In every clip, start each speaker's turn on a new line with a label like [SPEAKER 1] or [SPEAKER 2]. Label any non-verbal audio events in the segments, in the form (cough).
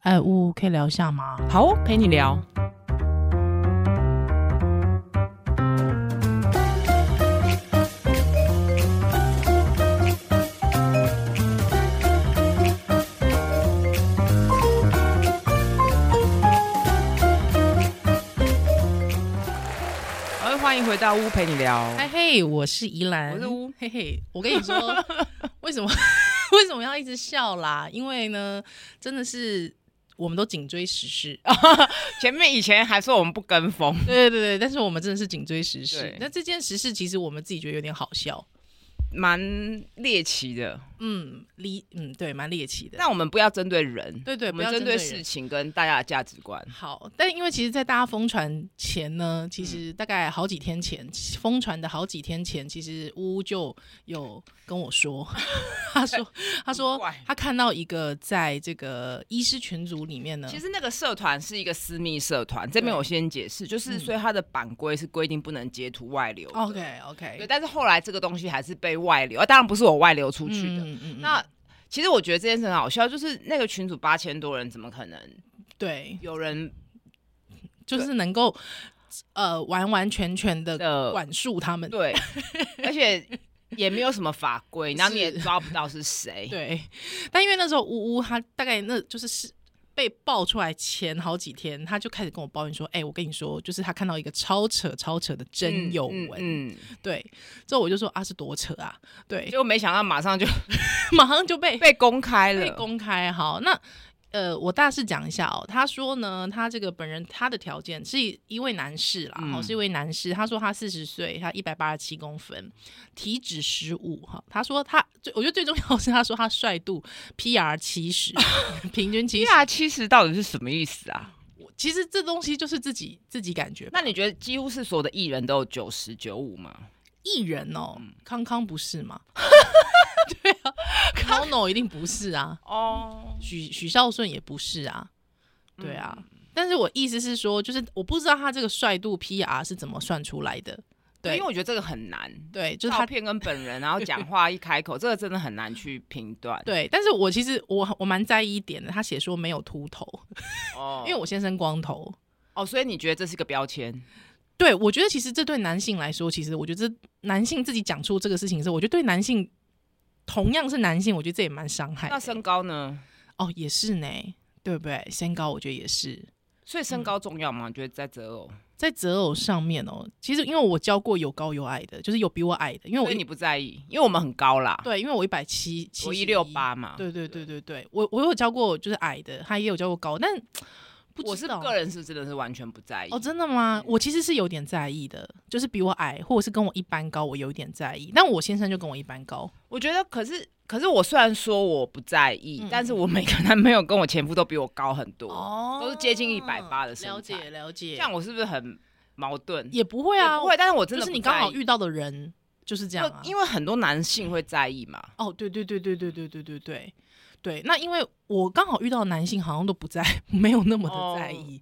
[SPEAKER 1] 哎，呜，可以聊一下吗？
[SPEAKER 2] 好哦，陪你聊。好，欢迎回到屋陪你聊。
[SPEAKER 1] 哎嘿，我是宜兰，
[SPEAKER 2] 我是乌
[SPEAKER 1] 嘿嘿，我跟你
[SPEAKER 2] (laughs)
[SPEAKER 1] 说，为什么 (laughs) 为什么要一直笑啦？因为呢，真的是我们都紧追时事，哦
[SPEAKER 2] 前面以前还说我们不跟风，
[SPEAKER 1] 对对对，但是我们真的是紧追时事
[SPEAKER 2] 对。
[SPEAKER 1] 那这件时事其实我们自己觉得有点好笑，
[SPEAKER 2] 蛮猎奇的。
[SPEAKER 1] 嗯，离嗯对，蛮猎奇的。
[SPEAKER 2] 但我们不要针对人，
[SPEAKER 1] 对对，
[SPEAKER 2] 我
[SPEAKER 1] 不
[SPEAKER 2] 们
[SPEAKER 1] 要
[SPEAKER 2] 针对
[SPEAKER 1] 人
[SPEAKER 2] 事情跟大家的价值观。
[SPEAKER 1] 好，但因为其实，在大家疯传前呢，其
[SPEAKER 2] 嗯
[SPEAKER 1] 实大概好几天前，疯传的好几天前，其实呜呜就有跟我说， (laughs) 他说，他说
[SPEAKER 2] 怪
[SPEAKER 1] 他看到一个在这个医师群组里面呢，
[SPEAKER 2] 其实那个社团是一个私密社团，这边
[SPEAKER 1] 对嗯
[SPEAKER 2] 我先解释，就是所以它的版规是规定不能截图外流的。
[SPEAKER 1] OK
[SPEAKER 2] 对，
[SPEAKER 1] OK，
[SPEAKER 2] 但是后来这个东西还是被外流，啊当然不是我外流出去的。
[SPEAKER 1] 嗯嗯
[SPEAKER 2] 那其实我觉得这件事很好笑，就是那个群主八千多人，怎么可能
[SPEAKER 1] 对，
[SPEAKER 2] 有人
[SPEAKER 1] 就是能够呃完完全全的
[SPEAKER 2] 的
[SPEAKER 1] 管束他们， (laughs)
[SPEAKER 2] 对，而且也没有什么法规，然后你也抓不到是谁。嗯
[SPEAKER 1] 对，但因为那时候呜呜他大概那就是是被爆出来前好几天，他就开始跟我抱怨说：“哎、我跟你说，就是他看到一个超扯超扯的真有文。
[SPEAKER 2] 嗯，嗯
[SPEAKER 1] 对，之后我就说：“啊，是多扯啊！”
[SPEAKER 2] 嗯
[SPEAKER 1] 对，
[SPEAKER 2] 结果没想到马上就
[SPEAKER 1] (laughs) 马上就被
[SPEAKER 2] 被公开
[SPEAKER 1] 被
[SPEAKER 2] 了。
[SPEAKER 1] 公开。好，那呃，我大致讲一下哦。他说呢，他这个本人他的条件是一位男士啦，
[SPEAKER 2] 嗯
[SPEAKER 1] 哦、是一位男士。他说他四十岁，他一百八十七公分，体脂十五哈。他说他最，我觉得最重要的是他说他帅度 PR 七 (laughs) 十，平均七
[SPEAKER 2] 一
[SPEAKER 1] 十。
[SPEAKER 2] 啊，七十到底是什么意思啊？
[SPEAKER 1] 我其实这东西就是自己自己感觉吧。
[SPEAKER 2] 那你觉得几乎是所有的艺人都有九十九五吗？
[SPEAKER 1] 艺人哦，康康不是 (laughs) 吗？对啊，NONO 一定不是啊。
[SPEAKER 2] 哦，
[SPEAKER 1] 许许孝顺也不是啊，对啊。
[SPEAKER 2] 嗯
[SPEAKER 1] 但是我意思是说，就是我不知道他这个帅度 PR 是怎么算出来的。对
[SPEAKER 2] 因为我觉得这个很难，
[SPEAKER 1] 对，就是
[SPEAKER 2] 照
[SPEAKER 1] 他
[SPEAKER 2] 片跟本人，然后讲话一
[SPEAKER 1] (laughs)
[SPEAKER 2] 开口，这个真的很难去评断。
[SPEAKER 1] 对。但是我其实我我蛮在意一点的，他写说没有秃头，
[SPEAKER 2] 哦
[SPEAKER 1] 因为我先生光头。
[SPEAKER 2] 哦，所以你觉得这是个标签？
[SPEAKER 1] 对，我觉得其实这对男性来说，其实我觉得这男性自己讲出这个事情的时候，我觉得对男性同样是男性，我觉得这也蛮伤害的。
[SPEAKER 2] 那身高呢？
[SPEAKER 1] 哦也是呢，对不对？身高我觉得也是。
[SPEAKER 2] 所
[SPEAKER 1] 嗯
[SPEAKER 2] 以身高重要吗？你觉得在择偶，
[SPEAKER 1] 在择偶上面哦，其实因为我教过有高有矮的，就是有比我矮的，因为我
[SPEAKER 2] 所以你不在意，因为我们很高啦，
[SPEAKER 1] 对，因为我一百七七
[SPEAKER 2] 我一六，八啊嘛，
[SPEAKER 1] 对对对对对，我我有教过就是矮的，他也有教过高，但不
[SPEAKER 2] 我
[SPEAKER 1] 知
[SPEAKER 2] 是
[SPEAKER 1] 道
[SPEAKER 2] 个人是真的嗯是完全不在意
[SPEAKER 1] 哦，。真的吗？我其实是有点在意的，就是比我矮或者是跟我一般高，我有点在意，但我先生就跟我一般高，
[SPEAKER 2] 我觉得，可是可是我虽然说我不在意
[SPEAKER 1] 嗯，
[SPEAKER 2] 但是我每个男朋友跟我前夫都比我高很多。
[SPEAKER 1] 哦
[SPEAKER 2] 都是接近180的身材
[SPEAKER 1] 了解了解，
[SPEAKER 2] 这样我是不是很矛盾？
[SPEAKER 1] 也不会啊，
[SPEAKER 2] 也不会，但是我真
[SPEAKER 1] 就
[SPEAKER 2] 的
[SPEAKER 1] 是
[SPEAKER 2] 不
[SPEAKER 1] 你刚
[SPEAKER 2] 在
[SPEAKER 1] 好
[SPEAKER 2] 意
[SPEAKER 1] 遇到的人就是这样啊
[SPEAKER 2] 就，因为很多男性会在意嘛。
[SPEAKER 1] 哦，对对对对对对对对对对，那因为我刚好遇到的男性好像都不在， (laughs) 没有那么的
[SPEAKER 2] 哦
[SPEAKER 1] 在意，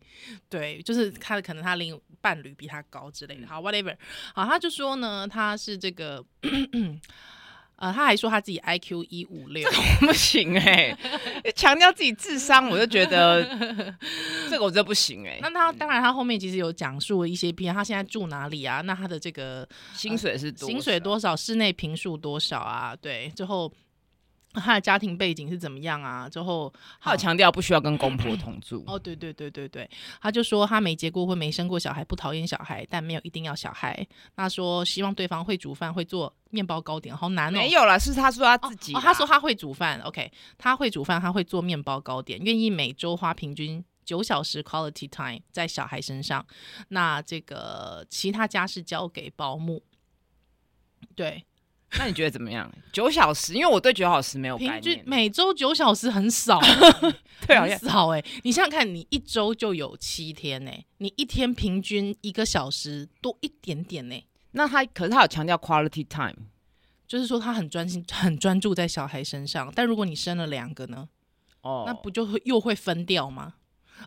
[SPEAKER 1] 对，就是他的可能他另伴侣比他高之类
[SPEAKER 2] 嗯
[SPEAKER 1] 的，好，whatever，好，他就说呢，他是这个，呃，他还说他自己 IQ 一五六，欸
[SPEAKER 2] 不行 (laughs) 哎、强调自己智商，我就觉 (laughs) 得这个我真的不行哎、
[SPEAKER 1] 那他当然他后面其实有讲述一些，比如他现在住哪里啊，那他的这个
[SPEAKER 2] 薪水是多，
[SPEAKER 1] 薪水，多少，室内平数多少啊，对，之后。他的家庭背景是怎么样啊？之后
[SPEAKER 2] 还有强调不需要跟公婆同 (coughs) 住。
[SPEAKER 1] 哦，对对对对对，他就说他没结过婚，没生过小孩，不讨厌小孩，但没有一定要小孩。他说希望对方会煮饭，会做面包糕点，好难哦。
[SPEAKER 2] 没有啦，是他说他自己啦、
[SPEAKER 1] 哦他说他会煮饭，OK，他会煮饭，他会做面包糕点，愿意每周花平均九小时 quality time 在小孩身上。那这个其他家事交给保姆。对，
[SPEAKER 2] 那你觉得怎么样？九小时，因为我对九小时没有概
[SPEAKER 1] 平均
[SPEAKER 2] 念。
[SPEAKER 1] 每周九小时很少， (laughs)
[SPEAKER 2] 对啊，
[SPEAKER 1] 很少哎、你想想看，你一周就有七天呢、你一天平均一个小时多一点点呢、
[SPEAKER 2] 那他可是他有强调 quality time，
[SPEAKER 1] 就是说他很专心、很专注在小孩身上。但如果你生了两个呢，
[SPEAKER 2] 哦，
[SPEAKER 1] 那不就会又会分掉吗？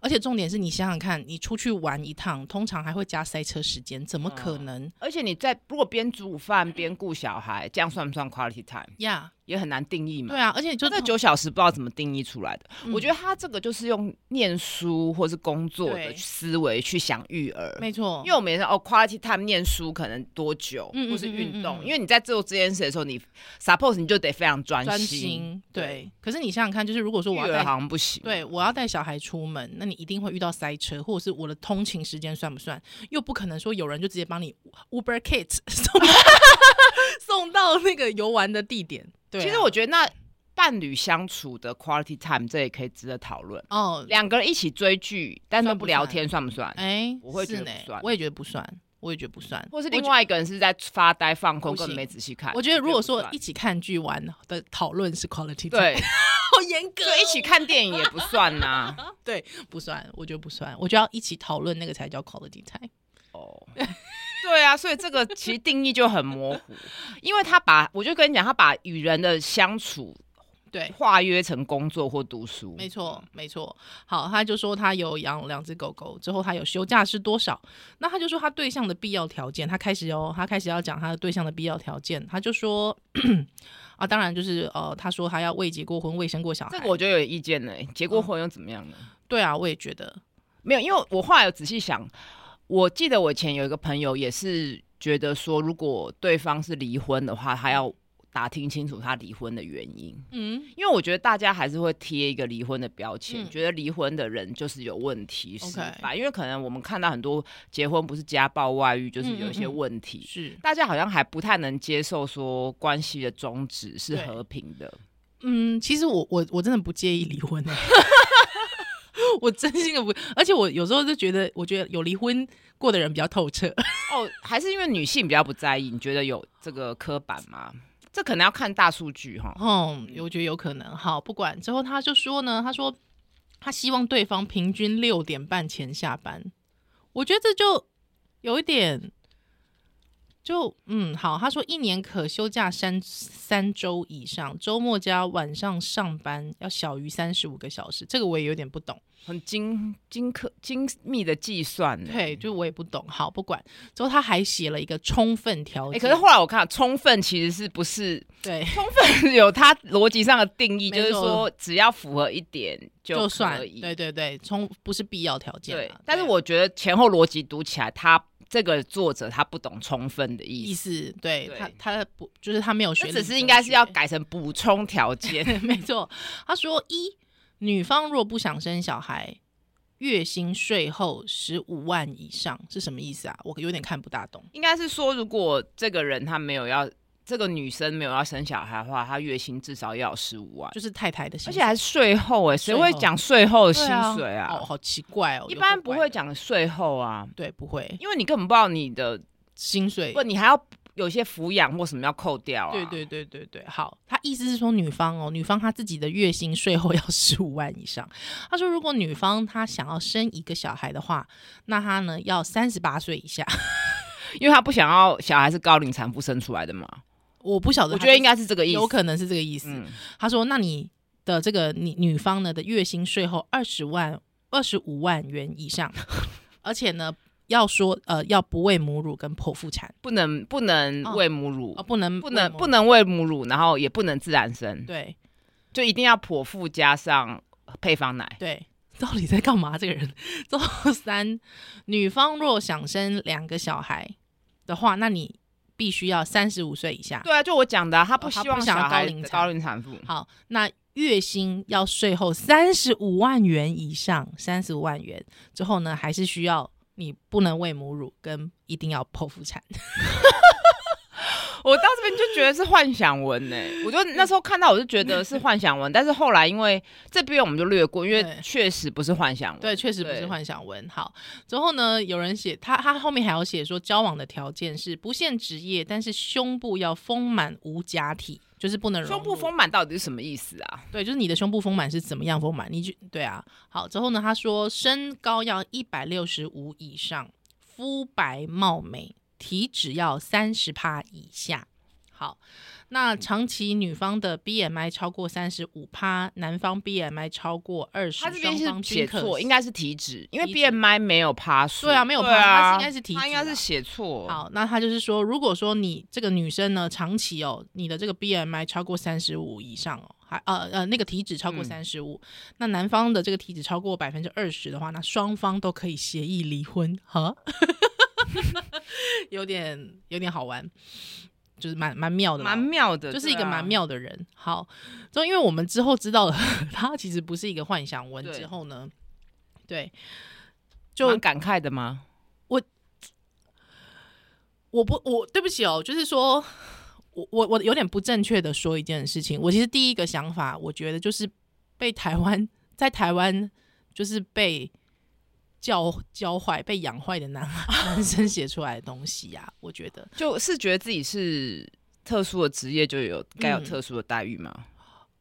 [SPEAKER 1] 而且重点是你想想看，你出去玩一趟，通常还会加塞车时间，怎么可能
[SPEAKER 2] 嗯而且你在如果边煮饭边顾小孩，这样算不算 quality time？
[SPEAKER 1] 呀
[SPEAKER 2] 也很难定义嘛。
[SPEAKER 1] 对啊，而且就
[SPEAKER 2] 就这嗯九小时不知道怎么定义出来的，我觉
[SPEAKER 1] 得
[SPEAKER 2] 得他这个就是用念书或是工作的
[SPEAKER 1] 对
[SPEAKER 2] 思维去想育儿，
[SPEAKER 1] 没错，
[SPEAKER 2] 因为我们也是哦，quality time 念书可能多久，
[SPEAKER 1] 嗯嗯
[SPEAKER 2] 或是运动，
[SPEAKER 1] 嗯嗯嗯
[SPEAKER 2] 因为你在做这件事的时候，你 suppose 你就得非常专
[SPEAKER 1] 专
[SPEAKER 2] 心，
[SPEAKER 1] 心对。可是你想想看，就是如果说
[SPEAKER 2] 育
[SPEAKER 1] 我要
[SPEAKER 2] 儿
[SPEAKER 1] 带
[SPEAKER 2] 好像不行。
[SPEAKER 1] 对，我要带小孩出门，那你一定会遇到塞车，或者是我的通勤时间算不算？又不可能说有人就直接帮你 Uber Kit (laughs) 送
[SPEAKER 2] (laughs)
[SPEAKER 1] 送到那个游玩的地点。对啊、
[SPEAKER 2] 其实我觉得那伴侣相处的 quality time 这也可以值得讨论。
[SPEAKER 1] 哦，
[SPEAKER 2] 两个人一起追剧，但都
[SPEAKER 1] 算不
[SPEAKER 2] 不聊天，算不算？
[SPEAKER 1] 哎，
[SPEAKER 2] 我会觉
[SPEAKER 1] 是
[SPEAKER 2] 得
[SPEAKER 1] 呢
[SPEAKER 2] 不算
[SPEAKER 1] 我也觉得不算，我也觉得不算。
[SPEAKER 2] 或是
[SPEAKER 1] 我
[SPEAKER 2] 另
[SPEAKER 1] 觉
[SPEAKER 2] 外一个人是在发呆放空，
[SPEAKER 1] 不
[SPEAKER 2] 根
[SPEAKER 1] 行
[SPEAKER 2] 本没仔细看。
[SPEAKER 1] 我觉得如果说
[SPEAKER 2] 不
[SPEAKER 1] 一起看剧玩的讨论是 quality，time，
[SPEAKER 2] 算对，
[SPEAKER 1] (laughs) 好严格
[SPEAKER 2] 就
[SPEAKER 1] 哦，
[SPEAKER 2] 一起看电影也不算呐、
[SPEAKER 1] 对不算，我觉得不算，我觉得要一起讨论那个才叫 quality time。
[SPEAKER 2] 哦，对啊，所以这个其实定义就很模糊，因为他把我就跟你讲，他把与人的相处
[SPEAKER 1] 对，
[SPEAKER 2] 化约成工作或读书，
[SPEAKER 1] 没错，没错。好，他就说他有养两只狗狗，之后他有休假是多少？那他就说他对象的必要条件，他开始哦，他开始要讲他的对象的必要条件，他就说 (clears throat) 啊，当然就是呃，他说他要未结过婚、未生过小孩。
[SPEAKER 2] 这个我就有意见了、结过婚又怎么样呢？
[SPEAKER 1] 对啊，我也觉得，
[SPEAKER 2] 没有，因为我后来有仔细想，我记得我以前有一个朋友也是觉得说，如果对方是离婚的话，他要打听清楚他离婚的原因，
[SPEAKER 1] 嗯
[SPEAKER 2] 因为我觉得大家还是会贴一个离婚的标签，
[SPEAKER 1] 嗯
[SPEAKER 2] 觉得离婚的人就是有问题是
[SPEAKER 1] OK
[SPEAKER 2] 吧？因为可能我们看到很多结婚不是家暴、外遇，就是有一些
[SPEAKER 1] 嗯嗯嗯
[SPEAKER 2] 问题。
[SPEAKER 1] 是，
[SPEAKER 2] 大家好像还不太能接受说关系的终止是
[SPEAKER 1] 对
[SPEAKER 2] 和平的，
[SPEAKER 1] 嗯，其实我我我真的不介意离婚、欸。 (laughs) 我真心的不，而且我有时候就觉得，我觉得有离婚过的人比较透彻。
[SPEAKER 2] 哦，还是因为女性比较不在意？你觉得有这个刻板吗？这可能要看大数据哈。
[SPEAKER 1] 嗯，我觉得有可能。好，不管之后，他就说呢，他说他希望对方平均六点半前下班。我觉得这就有一点，就嗯，好。他说一年可休假三三周以上，周末加晚上上班要小于三十五个小时。这个我也有点不懂。
[SPEAKER 2] 很精精刻精密的计算呢。
[SPEAKER 1] 对，就我也不懂。好，不管。之后他还写了一个充分条
[SPEAKER 2] 哎、
[SPEAKER 1] 件。
[SPEAKER 2] 可是后来我看充分其实是不是 (laughs)
[SPEAKER 1] 对，
[SPEAKER 2] 充分有它逻辑上的定义，
[SPEAKER 1] 没
[SPEAKER 2] 就
[SPEAKER 1] 错
[SPEAKER 2] 是说只要符合一点
[SPEAKER 1] 就算
[SPEAKER 2] 可以。
[SPEAKER 1] 对对对，充不是必要条件
[SPEAKER 2] 对
[SPEAKER 1] 啦。
[SPEAKER 2] 但是
[SPEAKER 1] 对
[SPEAKER 2] 我觉得前后逻辑读起来，他这个作者他不懂充分的意
[SPEAKER 1] 意
[SPEAKER 2] 思，
[SPEAKER 1] 思，对
[SPEAKER 2] 对
[SPEAKER 1] 他他不就是他没有学
[SPEAKER 2] 这
[SPEAKER 1] 历，
[SPEAKER 2] 只是应该是要。改成补充条件。
[SPEAKER 1] 没错，他说一女方若不想生小孩，月薪税后十五万以上是什么意思啊？我有点看不大懂。
[SPEAKER 2] 应该是说，如果这个人他没有要这个女生没有要生小孩的话，她月薪至少要十五万，
[SPEAKER 1] 就是太太的薪
[SPEAKER 2] 而
[SPEAKER 1] 水，
[SPEAKER 2] 且还是税后哎、谁
[SPEAKER 1] 税
[SPEAKER 2] 会
[SPEAKER 1] 后
[SPEAKER 2] 讲税后的
[SPEAKER 1] 对
[SPEAKER 2] 薪水啊？
[SPEAKER 1] 哦，好奇怪哦，
[SPEAKER 2] 一
[SPEAKER 1] 有
[SPEAKER 2] 般
[SPEAKER 1] 够
[SPEAKER 2] 不
[SPEAKER 1] 怪
[SPEAKER 2] 会
[SPEAKER 1] 的，
[SPEAKER 2] 讲税后啊，
[SPEAKER 1] 对，不会
[SPEAKER 2] 因为你根本不知道你的，
[SPEAKER 1] 薪水
[SPEAKER 2] 不，。你还要有些抚养或什么要扣掉啊。
[SPEAKER 1] 对对对对对，好，他意思是说女方哦，女方她自己的月薪税后要十五万以上。他说，如果女方她想要生一个小孩的话，那她呢要三十八岁以下。
[SPEAKER 2] 因为他不想要小孩是高龄产妇生出来的嘛，
[SPEAKER 1] 我不晓得
[SPEAKER 2] 我
[SPEAKER 1] 她哦
[SPEAKER 2] 觉
[SPEAKER 1] 就是，
[SPEAKER 2] 得应该是这个意思。
[SPEAKER 1] 有可能是这个意思。
[SPEAKER 2] 嗯，
[SPEAKER 1] 他说：“那你的这个你女方呢的月薪税后二十万、二十五万元以
[SPEAKER 2] (laughs)
[SPEAKER 1] 上，而且呢要说呃要不喂母乳跟剖腹产
[SPEAKER 2] 不能不能
[SPEAKER 1] 哦
[SPEAKER 2] 喂母乳，
[SPEAKER 1] 哦，不能
[SPEAKER 2] 不能不
[SPEAKER 1] 能
[SPEAKER 2] 能喂母乳，然后也不能自然生，
[SPEAKER 1] 对
[SPEAKER 2] 就一定要剖腹加上配方奶。
[SPEAKER 1] 对。”到底在干嘛？这个人。 (laughs) 周三，女方若想生两个小孩的话，那你必须要三十五岁以 (laughs) 下。
[SPEAKER 2] 对啊，就我讲的、啊，他不
[SPEAKER 1] 哦他
[SPEAKER 2] 希望
[SPEAKER 1] 不想
[SPEAKER 2] 小
[SPEAKER 1] 要
[SPEAKER 2] 孩
[SPEAKER 1] 高龄产
[SPEAKER 2] 高龄产妇。
[SPEAKER 1] 好，那月薪要税后三十五万元以上，三十五万元之后呢，还是需要你不能喂母乳，跟一定要剖腹产。
[SPEAKER 2] (laughs) 哦我到这边就觉得是幻想文
[SPEAKER 1] (laughs)
[SPEAKER 2] 呢、我就那时候看到我就觉得是幻想文，但是后来因为这边我们就略过，因为
[SPEAKER 1] 对
[SPEAKER 2] 确实不是幻想文。
[SPEAKER 1] 对，确实不
[SPEAKER 2] 对
[SPEAKER 1] 是幻想文。好，之后呢，有人写他，他后面还要写说，交往的条件是不限职业，但是胸部要丰满无假体，就是不能融
[SPEAKER 2] 胸部
[SPEAKER 1] 入
[SPEAKER 2] 丰满到底是什么意思啊？
[SPEAKER 1] 对，就是你的胸部丰满是怎么样丰满？你就对啊。好，之后呢，他说身高要一百六十五以上，肤白貌美，体脂要三十趴以下。好，那长期女方的 BMI 超过三十五趴，男方 BMI 超过二十，
[SPEAKER 2] 他这边是
[SPEAKER 1] 双方均
[SPEAKER 2] 写
[SPEAKER 1] 可
[SPEAKER 2] 错，应该是体脂，因为
[SPEAKER 1] 体脂
[SPEAKER 2] BMI 没有趴数。
[SPEAKER 1] 对啊没有趴
[SPEAKER 2] 对
[SPEAKER 1] 它是
[SPEAKER 2] 啊
[SPEAKER 1] 应该是体脂啊
[SPEAKER 2] 它应该是写错。
[SPEAKER 1] 好，那他就是说，如果说你这个女生呢，长期哦，你的这个 BMI 超过三十五以上哦，还呃呃那个体脂超
[SPEAKER 2] 嗯
[SPEAKER 1] 过三十五，那男方的这个体脂超过百分之二十的话，那双方都可以协议离婚，哈， (laughs) 有点有点好玩，就是蛮蛮妙的啦，哦
[SPEAKER 2] 蛮妙的，
[SPEAKER 1] 就是
[SPEAKER 2] 对
[SPEAKER 1] 一个
[SPEAKER 2] 啊
[SPEAKER 1] 蛮。妙的人。好，就因为我们之后知道了 (laughs) 他其实不是一个幻想文
[SPEAKER 2] 对
[SPEAKER 1] 之后呢，对，就
[SPEAKER 2] 蛮感慨的吗？
[SPEAKER 1] 我不，我对不起哦，就是说，我我我有点不正确的说一件事情。我其实第一个想法，我觉得就是被台湾在台湾就是被教教坏、被养坏的男男生写出来的东西呀、我觉得
[SPEAKER 2] 就是觉得自己是特殊的职业，就有该有
[SPEAKER 1] 嗯
[SPEAKER 2] 特殊的待遇吗？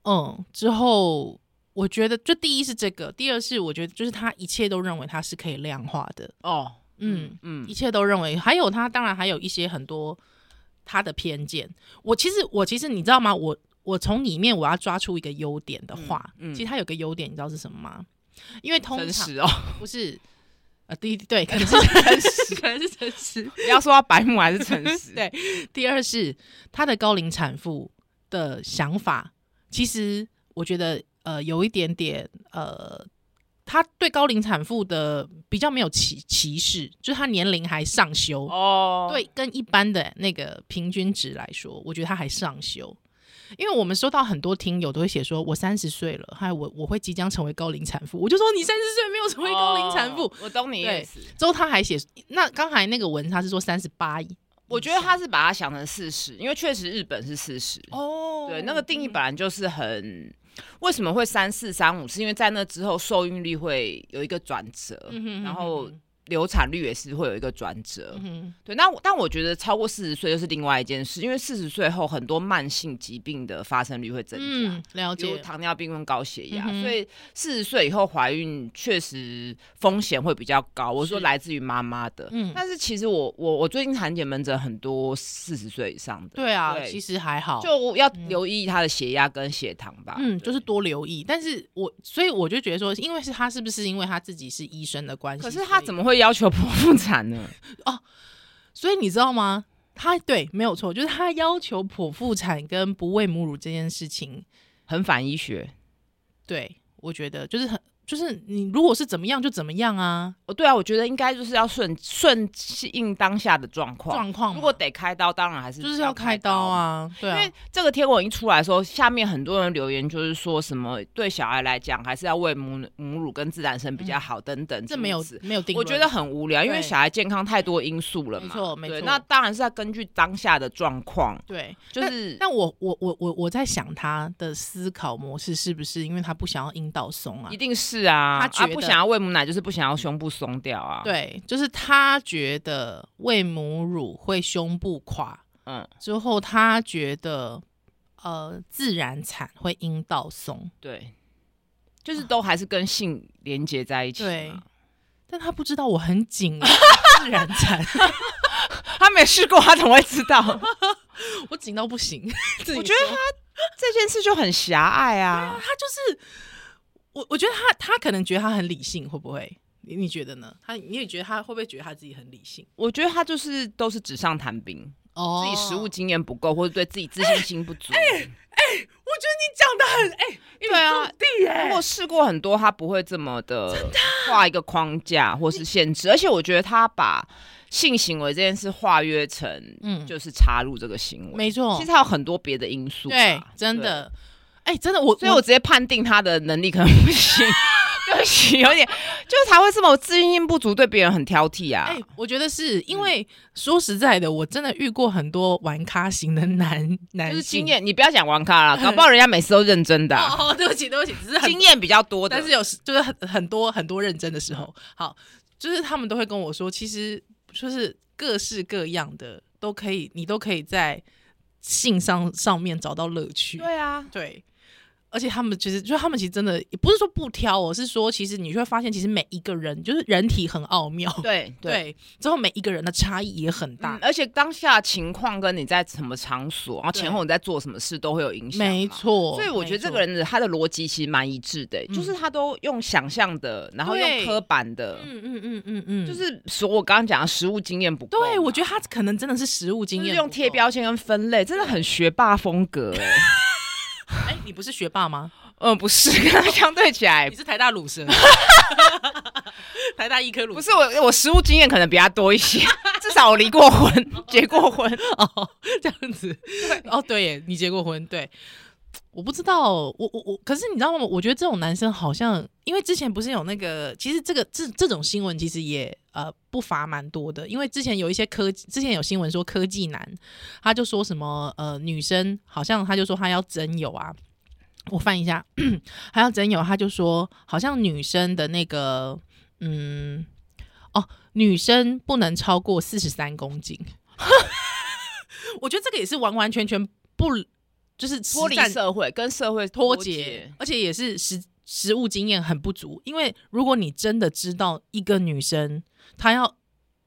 [SPEAKER 1] 嗯，之后我觉得就第一是这个，第二是我觉得就是他一切都认为他是可以量化的，
[SPEAKER 2] 哦，
[SPEAKER 1] 嗯，
[SPEAKER 2] 嗯
[SPEAKER 1] 一，切都认为，还有他当然还有一些很多他的偏见。我其实我其实你知道吗？我我从里面我要抓出一个优点的话，
[SPEAKER 2] 嗯嗯
[SPEAKER 1] 其实他有个优点，你知道是什么吗？因为通
[SPEAKER 2] 诚
[SPEAKER 1] 常
[SPEAKER 2] 实 (laughs) 哦，
[SPEAKER 1] 不是呃，第一对可能是诚实，可能是诚实。
[SPEAKER 2] 不要说他白目还是诚
[SPEAKER 1] (laughs)
[SPEAKER 2] 实，
[SPEAKER 1] 对第二是他的高龄产妇的想法，其实我觉得呃有一点点呃，他对高龄产妇的比较没有歧歧视，就是他年龄还上修
[SPEAKER 2] 哦，
[SPEAKER 1] 对，跟一般的那个平均值来说，我觉得他还上修。因为我们收到很多听友都会写说，我三十岁了，还有我我会即将成为高龄产妇，我就说你三十岁没有成为高龄产妇。
[SPEAKER 2] 哦我懂你
[SPEAKER 1] 对
[SPEAKER 2] 意思。
[SPEAKER 1] 之后他还写，那刚才那个文他是说三十八，
[SPEAKER 2] 我觉得他是把它想成四十，因为确实日本是四十、
[SPEAKER 1] 哦
[SPEAKER 2] 对，那个定义本来就是很。为什么会三四三五？是因为在那之后受孕率会有一个转折，
[SPEAKER 1] 嗯哼
[SPEAKER 2] 然后呃流产率也是会有一个转折。
[SPEAKER 1] 嗯哼
[SPEAKER 2] 对，那我但我觉得超过四十岁又是另外一件事，因为四十岁后很多慢性疾病的发生率会增加。
[SPEAKER 1] 嗯，了
[SPEAKER 2] 比如
[SPEAKER 1] 解，
[SPEAKER 2] 糖尿病跟高血压，
[SPEAKER 1] 嗯哼
[SPEAKER 2] 所以四十岁以后怀孕确实风险会比较高。我说
[SPEAKER 1] 是
[SPEAKER 2] 来自于妈妈的，
[SPEAKER 1] 嗯
[SPEAKER 2] 但是其实我我我最近产检门诊很多四十岁以上的，
[SPEAKER 1] 对啊，
[SPEAKER 2] 对
[SPEAKER 1] 其实还好，
[SPEAKER 2] 就要留意她的血压跟血糖吧。
[SPEAKER 1] 嗯，
[SPEAKER 2] 对
[SPEAKER 1] 就是。多留意。但是我所以我就觉得说，因为是他是不是因为他自己是医生的关系，
[SPEAKER 2] 可是她
[SPEAKER 1] 所以
[SPEAKER 2] 怎么会要求剖腹产呢？
[SPEAKER 1] 所以你知道吗？他对没有错，就是他要求剖腹产跟不喂母乳这件事情，
[SPEAKER 2] 很反医学。
[SPEAKER 1] 对我觉得就是很就是你如果是怎么样就怎么样啊，
[SPEAKER 2] 哦，对啊，我觉得应该就是要顺顺应当下的状况。
[SPEAKER 1] 状况嘛
[SPEAKER 2] 如果得开刀，当然还是
[SPEAKER 1] 就是
[SPEAKER 2] 要
[SPEAKER 1] 要开刀
[SPEAKER 2] 嘛。
[SPEAKER 1] 啊，对
[SPEAKER 2] 因
[SPEAKER 1] 啊
[SPEAKER 2] 为，这个贴文一出来的时候，下面很多人留言就是说什么对小孩来讲还是要喂母母乳跟自然生比较好等等，
[SPEAKER 1] 嗯这没有
[SPEAKER 2] 诸如此
[SPEAKER 1] 没有定论，
[SPEAKER 2] 我觉得很无聊，因为
[SPEAKER 1] 对
[SPEAKER 2] 小孩健康太多因素了嘛。
[SPEAKER 1] 没错没
[SPEAKER 2] 对
[SPEAKER 1] 错
[SPEAKER 2] 那当然是要根据当下的状况，
[SPEAKER 1] 对。
[SPEAKER 2] 就是
[SPEAKER 1] 但我我我我我在想他的思考模式是不是因为他不想要阴道松啊
[SPEAKER 2] 一？定是啊，
[SPEAKER 1] 他觉
[SPEAKER 2] 啊
[SPEAKER 1] 得
[SPEAKER 2] 不想要喂母奶，就是不想要胸部松掉啊。，
[SPEAKER 1] 对，就是他觉得喂母乳会胸部垮，
[SPEAKER 2] 嗯，
[SPEAKER 1] 之后他觉得呃自然产会阴道松，
[SPEAKER 2] 对，就是都还是跟性连接在一起嘛。
[SPEAKER 1] 对但他不知道我很紧啊，自然
[SPEAKER 2] (laughs)
[SPEAKER 1] 产，
[SPEAKER 2] 他没试过，他怎么会知
[SPEAKER 1] (laughs)
[SPEAKER 2] 道？
[SPEAKER 1] 我紧到不行。
[SPEAKER 2] 我觉得这件事就很狭隘啊。
[SPEAKER 1] 他就是我，我觉得他他可能觉得他很理性，会不会？你你觉得呢？他你也觉得他会不会觉得他自己很理性？
[SPEAKER 2] 我觉得他就是都是纸上谈兵，
[SPEAKER 1] 哦哎
[SPEAKER 2] 自己实务经验不够，或者对自己自信心不足。
[SPEAKER 1] 我觉得你讲的很哎，
[SPEAKER 2] 对啊
[SPEAKER 1] 中地
[SPEAKER 2] 如
[SPEAKER 1] 哎
[SPEAKER 2] 果试过很多，他不会这么的
[SPEAKER 1] 啊
[SPEAKER 2] 画一个框架或是限制，而且我觉得他把性行为这件事化约成，
[SPEAKER 1] 嗯，
[SPEAKER 2] 就是插入这个行为。
[SPEAKER 1] 没错
[SPEAKER 2] 其实，还有很多别的因素吧，
[SPEAKER 1] 对，真的，哎，真的，我
[SPEAKER 2] 对。所以我直接判定他的能力可能不
[SPEAKER 1] (laughs)
[SPEAKER 2] 行，对不起，有点就是他会这么自信心不足，对别人很挑剔啊。
[SPEAKER 1] 哎、我觉得是因为说实在的，我真的遇过很多玩咖型的男男
[SPEAKER 2] 就是
[SPEAKER 1] 性
[SPEAKER 2] 经验，你不要讲玩咖啦，搞不好人家每次都认真的
[SPEAKER 1] (laughs)
[SPEAKER 2] 啊、
[SPEAKER 1] 哦，对不起，对不起，只是很
[SPEAKER 2] 经验比较多的。
[SPEAKER 1] 但是有时就是很很多很多认真的时候，好，就是他们都会跟我说，其实就是各式各样的都可以，你都可以在性上上面找到乐趣。
[SPEAKER 2] 对啊，
[SPEAKER 1] 对而且他们其实，就他们其实真的也不是说不挑哦，是说其实你就会发现，其实每一个人就是人体很奥妙，
[SPEAKER 2] 对对。
[SPEAKER 1] 对，之后每一个人的差异也很大
[SPEAKER 2] 嗯，而且当下情况跟你在什么场所，然后
[SPEAKER 1] 对
[SPEAKER 2] 前后你在做什么事都会有影响嘛。
[SPEAKER 1] 没错。
[SPEAKER 2] 所以我觉得这个
[SPEAKER 1] 人。
[SPEAKER 2] 人的他的逻辑其实蛮一致的、欸就是他都用想象的，然后
[SPEAKER 1] 对
[SPEAKER 2] 用刻板的，
[SPEAKER 1] 嗯嗯嗯嗯嗯，
[SPEAKER 2] 就是所我刚刚讲的实物经验不够嘛。
[SPEAKER 1] 对，我觉得他可能真的是实物经
[SPEAKER 2] 就是
[SPEAKER 1] 验，
[SPEAKER 2] 用贴。标签跟分类，真的很学霸风格、
[SPEAKER 1] (laughs)
[SPEAKER 2] 欸。
[SPEAKER 1] 哎，你不是学霸
[SPEAKER 2] (laughs)
[SPEAKER 1] 吗？
[SPEAKER 2] 嗯，不是，跟他相对起来
[SPEAKER 1] 哦你，是台大鲁蛇， (laughs) 台大医科鲁
[SPEAKER 2] 不
[SPEAKER 1] 蛇。
[SPEAKER 2] 是我我实物经验可能比他多一些，至少我离过婚，结过婚。
[SPEAKER 1] (laughs) 哦，这样子，哦，对耶，你结过婚，对。我不知道，我我我，可是你知道吗？我觉得这种男生好像，因为之前不是有那个，其实这个这这种新闻其实也呃不乏蛮多的，因为之前有一些科，之前有新闻说科技男，他就说什么呃女生好像他就说他要真有啊，我翻一下，还要真有，他就说好像女生的那个嗯哦，女生不能超过四十三公斤。 (laughs) 我觉得这个也是完完全全不就是实
[SPEAKER 2] 脱离
[SPEAKER 1] 战
[SPEAKER 2] 社会，跟社会
[SPEAKER 1] 脱
[SPEAKER 2] 节
[SPEAKER 1] 节，。而且也是实实物经验很不足。因为如果你真的知道一个女生她要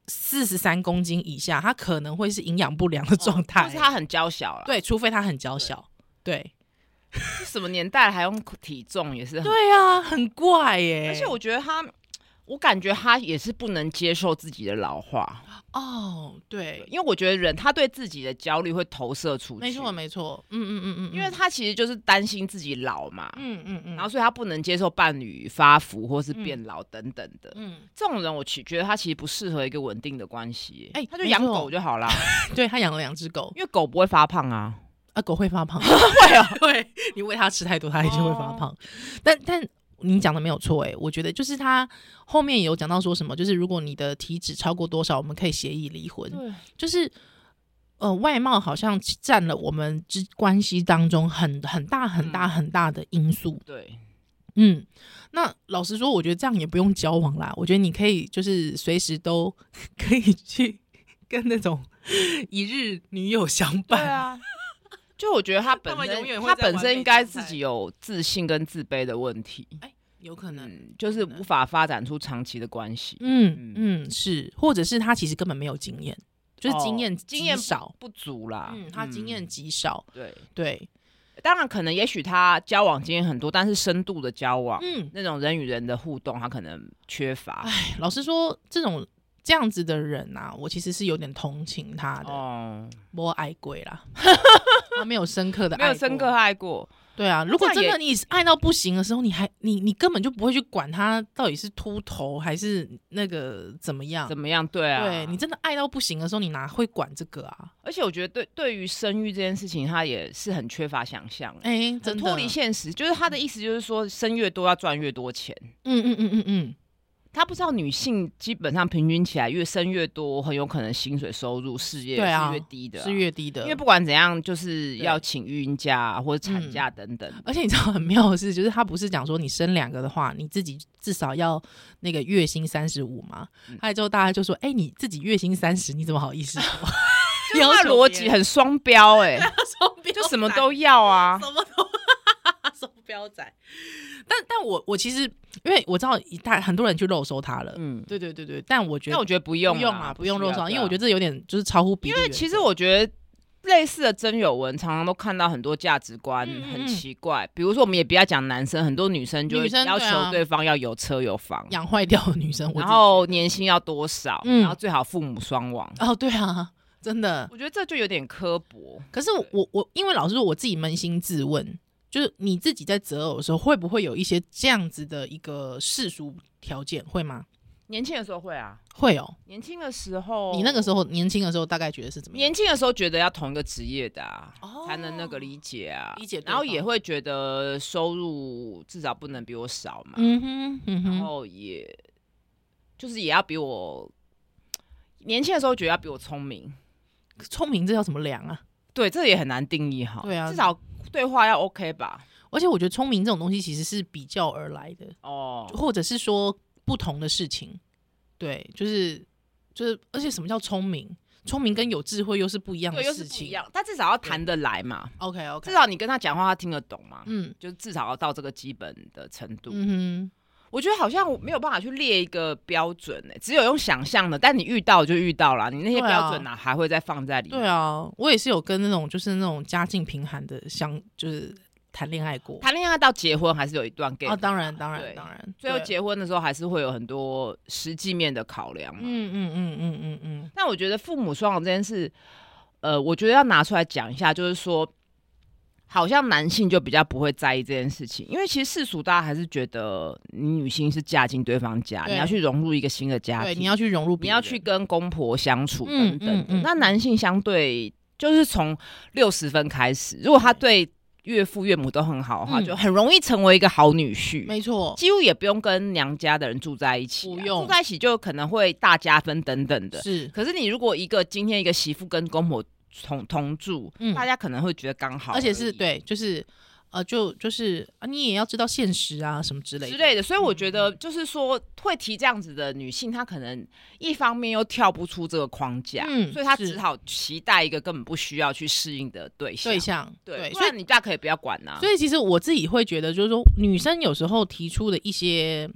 [SPEAKER 1] 四十三公斤以下，她可能会是营养不良的状态、
[SPEAKER 2] 哦就是他很娇小了。，
[SPEAKER 1] 对，除非她很娇小。对
[SPEAKER 2] 什么年代还用体重也是很。
[SPEAKER 1] 对啊，很怪耶、
[SPEAKER 2] 而且我觉得他，我感觉他也是不能接受自己的老化，
[SPEAKER 1] 哦，对，
[SPEAKER 2] 因为我觉得人他对自己的焦虑会投射出去。
[SPEAKER 1] 没错没错，嗯嗯嗯嗯嗯，
[SPEAKER 2] 因为他其实就是担心自己老嘛。
[SPEAKER 1] 嗯嗯嗯，
[SPEAKER 2] 然后，所以他不能接受伴侣发福或是变老等等的。
[SPEAKER 1] 嗯，
[SPEAKER 2] 这种人，我其觉得他其实不适合一个稳定的关系。
[SPEAKER 1] 哎
[SPEAKER 2] 他就
[SPEAKER 1] 没
[SPEAKER 2] 养
[SPEAKER 1] 错
[SPEAKER 2] 狗
[SPEAKER 1] (laughs)
[SPEAKER 2] 就好啦，
[SPEAKER 1] 对他养了两只狗，
[SPEAKER 2] 因为狗不会发胖啊。
[SPEAKER 1] 啊，狗会发
[SPEAKER 2] (laughs)
[SPEAKER 1] 胖。
[SPEAKER 2] 会啊，
[SPEAKER 1] 对 (laughs) 你喂它吃太多，它也就会
[SPEAKER 2] 哦
[SPEAKER 1] 发胖。但但你讲的没有错，哎，我觉得就是他后面有讲到说什么，就是如果你的体脂超过多少，我们可以协议离婚。
[SPEAKER 2] 对，
[SPEAKER 1] 就是呃，外貌好像占了我们之关系当中很很大很大
[SPEAKER 2] 嗯
[SPEAKER 1] 很大的因素。
[SPEAKER 2] 对，
[SPEAKER 1] 嗯，那老实说，我觉得这样也不用交往啦。我觉得你可以就是随时都 (laughs) 可以去 (laughs) 跟那种一日女友相
[SPEAKER 2] 对
[SPEAKER 1] 伴。
[SPEAKER 2] 啊。 (laughs) 就我觉得他本
[SPEAKER 1] 他们永远
[SPEAKER 2] 身，
[SPEAKER 1] 会
[SPEAKER 2] 他
[SPEAKER 1] 在完
[SPEAKER 2] 本身
[SPEAKER 1] 美
[SPEAKER 2] 应
[SPEAKER 1] 状态
[SPEAKER 2] 该自己有自信跟自卑的问题，
[SPEAKER 1] 有可能，
[SPEAKER 2] 嗯，就是无法发展出长期的关系，
[SPEAKER 1] 嗯嗯，是，或者是他其实根本没有经验，就是经验
[SPEAKER 2] 哦经验
[SPEAKER 1] 极少，
[SPEAKER 2] 不足啦。
[SPEAKER 1] 嗯，他经验
[SPEAKER 2] 嗯
[SPEAKER 1] 极少，
[SPEAKER 2] 对，
[SPEAKER 1] 对，
[SPEAKER 2] 当然可能也许他交往经验很多，但是深度的交往，
[SPEAKER 1] 嗯，
[SPEAKER 2] 那种人与人的互动，他可能缺乏。
[SPEAKER 1] 哎，老实说，这种这样子的人啊，我其实是有点同情他的，
[SPEAKER 2] 哦，
[SPEAKER 1] 摸爱鬼
[SPEAKER 2] (laughs)
[SPEAKER 1] 啦，他没有深刻的，
[SPEAKER 2] 没有深刻，爱过，
[SPEAKER 1] 对啊，如果
[SPEAKER 2] 这
[SPEAKER 1] 真
[SPEAKER 2] 样
[SPEAKER 1] 的你爱到不行的时候，你还你你根本就不会去管他到底是秃头还是那个怎么样，
[SPEAKER 2] 怎么样？对啊，
[SPEAKER 1] 对你真的爱到不行的时候，你哪会管这个啊？
[SPEAKER 2] 而且我觉得对对于生育这件事情，他也是很缺乏想象，欸
[SPEAKER 1] 哎、
[SPEAKER 2] 很
[SPEAKER 1] 真的
[SPEAKER 2] 脱离现实。就是他的意思就是说，生越多要赚越多钱。
[SPEAKER 1] 嗯嗯嗯嗯嗯，
[SPEAKER 2] 他不知道女性基本上平均起来越生越多，很有可能薪水收入、事业
[SPEAKER 1] 对啊
[SPEAKER 2] 是越低的啊、
[SPEAKER 1] 是越低的，
[SPEAKER 2] 因为不管怎样，就是
[SPEAKER 1] 对
[SPEAKER 2] 要请育婴假啊、或者产假等等。
[SPEAKER 1] 而且你知道很妙的是，就是他不是讲说你生两个的话，你自己至少要那个月薪三十五嘛
[SPEAKER 2] 嗯。
[SPEAKER 1] 还有之后大家就说，哎、你自己月薪三十，你怎么好意
[SPEAKER 2] (laughs)
[SPEAKER 1] 思说？
[SPEAKER 2] 就是
[SPEAKER 1] 嗯
[SPEAKER 2] 他的逻辑很双标、
[SPEAKER 1] (laughs) 啊
[SPEAKER 2] 哎，就什么都要啊。
[SPEAKER 1] 什么都 (laughs) 双标仔。但但我我其实因为我知道一大很多人去肉收他了，
[SPEAKER 2] 嗯，
[SPEAKER 1] 对对对对，但我觉
[SPEAKER 2] 但
[SPEAKER 1] 得
[SPEAKER 2] 我觉得不用
[SPEAKER 1] 不用
[SPEAKER 2] 啦
[SPEAKER 1] 啊，不用肉
[SPEAKER 2] 需要
[SPEAKER 1] 收，因为我觉
[SPEAKER 2] 对啊
[SPEAKER 1] 得这有点就是超乎比例
[SPEAKER 2] 因
[SPEAKER 1] 原则。
[SPEAKER 2] 为其实我觉得。类似的真有文，常常都看到很多价值观
[SPEAKER 1] 嗯嗯
[SPEAKER 2] 很
[SPEAKER 1] 嗯
[SPEAKER 2] 奇怪，比如说我们也不要讲男生，很多女生就
[SPEAKER 1] 女
[SPEAKER 2] 会
[SPEAKER 1] 生
[SPEAKER 2] 要
[SPEAKER 1] 对啊
[SPEAKER 2] 求对方要有车有房，
[SPEAKER 1] 养坏掉的女生，我
[SPEAKER 2] 然
[SPEAKER 1] 自己
[SPEAKER 2] 后年薪要多少，
[SPEAKER 1] 嗯
[SPEAKER 2] 然后最好父母双亡。
[SPEAKER 1] 哦对啊，真的，
[SPEAKER 2] 我觉得这就有点刻薄。
[SPEAKER 1] 可是我我因为老实说，我自己扪心自问，就是你自己在择偶的时候，会不会有一些这样子的一个世俗条件？会吗？
[SPEAKER 2] 年轻的时候会啊，
[SPEAKER 1] 会哦。
[SPEAKER 2] 年轻的时候，
[SPEAKER 1] 你那个时
[SPEAKER 2] 候，
[SPEAKER 1] 候年轻的时候，大概觉得是怎么样？
[SPEAKER 2] 年轻的时候觉得要同一个职业的啊，
[SPEAKER 1] 哦
[SPEAKER 2] 才能那个理解啊，
[SPEAKER 1] 理解对
[SPEAKER 2] 然后也
[SPEAKER 1] 方
[SPEAKER 2] 会觉得收入至少不能比我少嘛，
[SPEAKER 1] 嗯哼，嗯
[SPEAKER 2] 然
[SPEAKER 1] 哼，
[SPEAKER 2] 后也就是也要比我年轻的时候觉得要比我聪明，
[SPEAKER 1] 聪明这要怎么量啊？
[SPEAKER 2] 对，这也很难定义哈。
[SPEAKER 1] 对啊
[SPEAKER 2] 至少对话要 OK 吧？
[SPEAKER 1] 而且我觉得聪明这种东西其实是比较而来的，
[SPEAKER 2] 哦，
[SPEAKER 1] 或者是说不同的事情。对，就是就是，而且什么叫聪明？聪明跟有智慧又是不一样的
[SPEAKER 2] 对，又是
[SPEAKER 1] 事
[SPEAKER 2] 不一
[SPEAKER 1] 情。
[SPEAKER 2] 样，但至少要谈得来嘛，
[SPEAKER 1] OK
[SPEAKER 2] 至
[SPEAKER 1] OK，
[SPEAKER 2] 少你跟他讲话，他听得懂嘛，
[SPEAKER 1] 嗯
[SPEAKER 2] 就是至少要到这个基本的程度。
[SPEAKER 1] 嗯
[SPEAKER 2] 我觉得好像我没有办法去列一个标准呢、只有用想象的。但你遇到就遇到啦，你那些
[SPEAKER 1] 对啊
[SPEAKER 2] 标准哪、还会再放在里
[SPEAKER 1] 哼，
[SPEAKER 2] 面？
[SPEAKER 1] 对，啊，我也是有跟那种就是那种家境贫寒的相，就是谈恋爱过。
[SPEAKER 2] 谈恋爱到结婚还是有一段 gap
[SPEAKER 1] 啊，当然当
[SPEAKER 2] 对
[SPEAKER 1] 然当然，
[SPEAKER 2] 最后
[SPEAKER 1] 对
[SPEAKER 2] 结婚的时候还是会有很多实际面的考量嘛。
[SPEAKER 1] 嗯嗯嗯嗯嗯嗯，
[SPEAKER 2] 但我觉得父母双亡这件事，呃，我觉得要拿出来讲一下，就是说，好像男性就比较不会在意这件事情，因为其实世俗大家还是觉得你女性是嫁进对方家，
[SPEAKER 1] 对
[SPEAKER 2] 你要去融入一个新的家
[SPEAKER 1] 对，
[SPEAKER 2] 庭，
[SPEAKER 1] 你要去融入，
[SPEAKER 2] 你要去，跟公婆相处等
[SPEAKER 1] 嗯
[SPEAKER 2] 等的。
[SPEAKER 1] 嗯嗯
[SPEAKER 2] 那男性相对就是从六十分开始，如果他对岳父岳母都很好的话，
[SPEAKER 1] 嗯
[SPEAKER 2] 就很容易成为一个好女婿。
[SPEAKER 1] 没错，
[SPEAKER 2] 几乎也不用跟娘家的人住在一起啊、
[SPEAKER 1] 不用
[SPEAKER 2] 住在一起就可能会大加分等等的。
[SPEAKER 1] 是
[SPEAKER 2] 可是你如果一个今天一个媳妇跟公婆同同住，
[SPEAKER 1] 嗯
[SPEAKER 2] 大家可能会觉得刚好已，
[SPEAKER 1] 而且是对，就是呃，就就是啊，你也要知道现实啊，什么之类
[SPEAKER 2] 之
[SPEAKER 1] 的嗯
[SPEAKER 2] 类的。所以我觉得就是说，会提这样子的女性，她可能一方面又跳不出这个框架，
[SPEAKER 1] 嗯
[SPEAKER 2] 啊所以她
[SPEAKER 1] 是
[SPEAKER 2] 只好期待一个根本不需要去适应的对象。
[SPEAKER 1] 对象。
[SPEAKER 2] 对，所
[SPEAKER 1] 所以
[SPEAKER 2] 以你大可以不要管啊呐、
[SPEAKER 1] 所以其实我自己会觉得，就是说女生有时候提出的一些。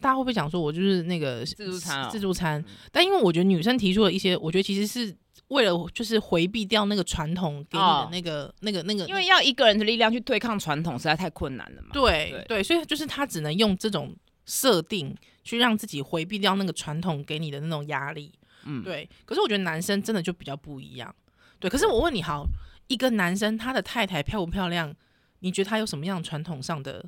[SPEAKER 1] 大家会不会讲说，我就是那个自
[SPEAKER 2] 助餐哦
[SPEAKER 1] 自助餐，但因为我觉得女生提出的一些，我觉得其实是为了就是回避掉那个传统给你
[SPEAKER 2] 哦
[SPEAKER 1] 的那个、那个、那个，
[SPEAKER 2] 因为要一个人的力量去对抗传统，实在太困难了嘛。
[SPEAKER 1] 对
[SPEAKER 2] 对
[SPEAKER 1] 对所以就是他只能用这种设定去让自己回避掉那个传统给你的那种压力。
[SPEAKER 2] 嗯，
[SPEAKER 1] 对，可是我觉得男生真的就比较不一样。对，可是我问你，好，一个男生他的太太漂不漂亮，你觉得他有什么样传统上的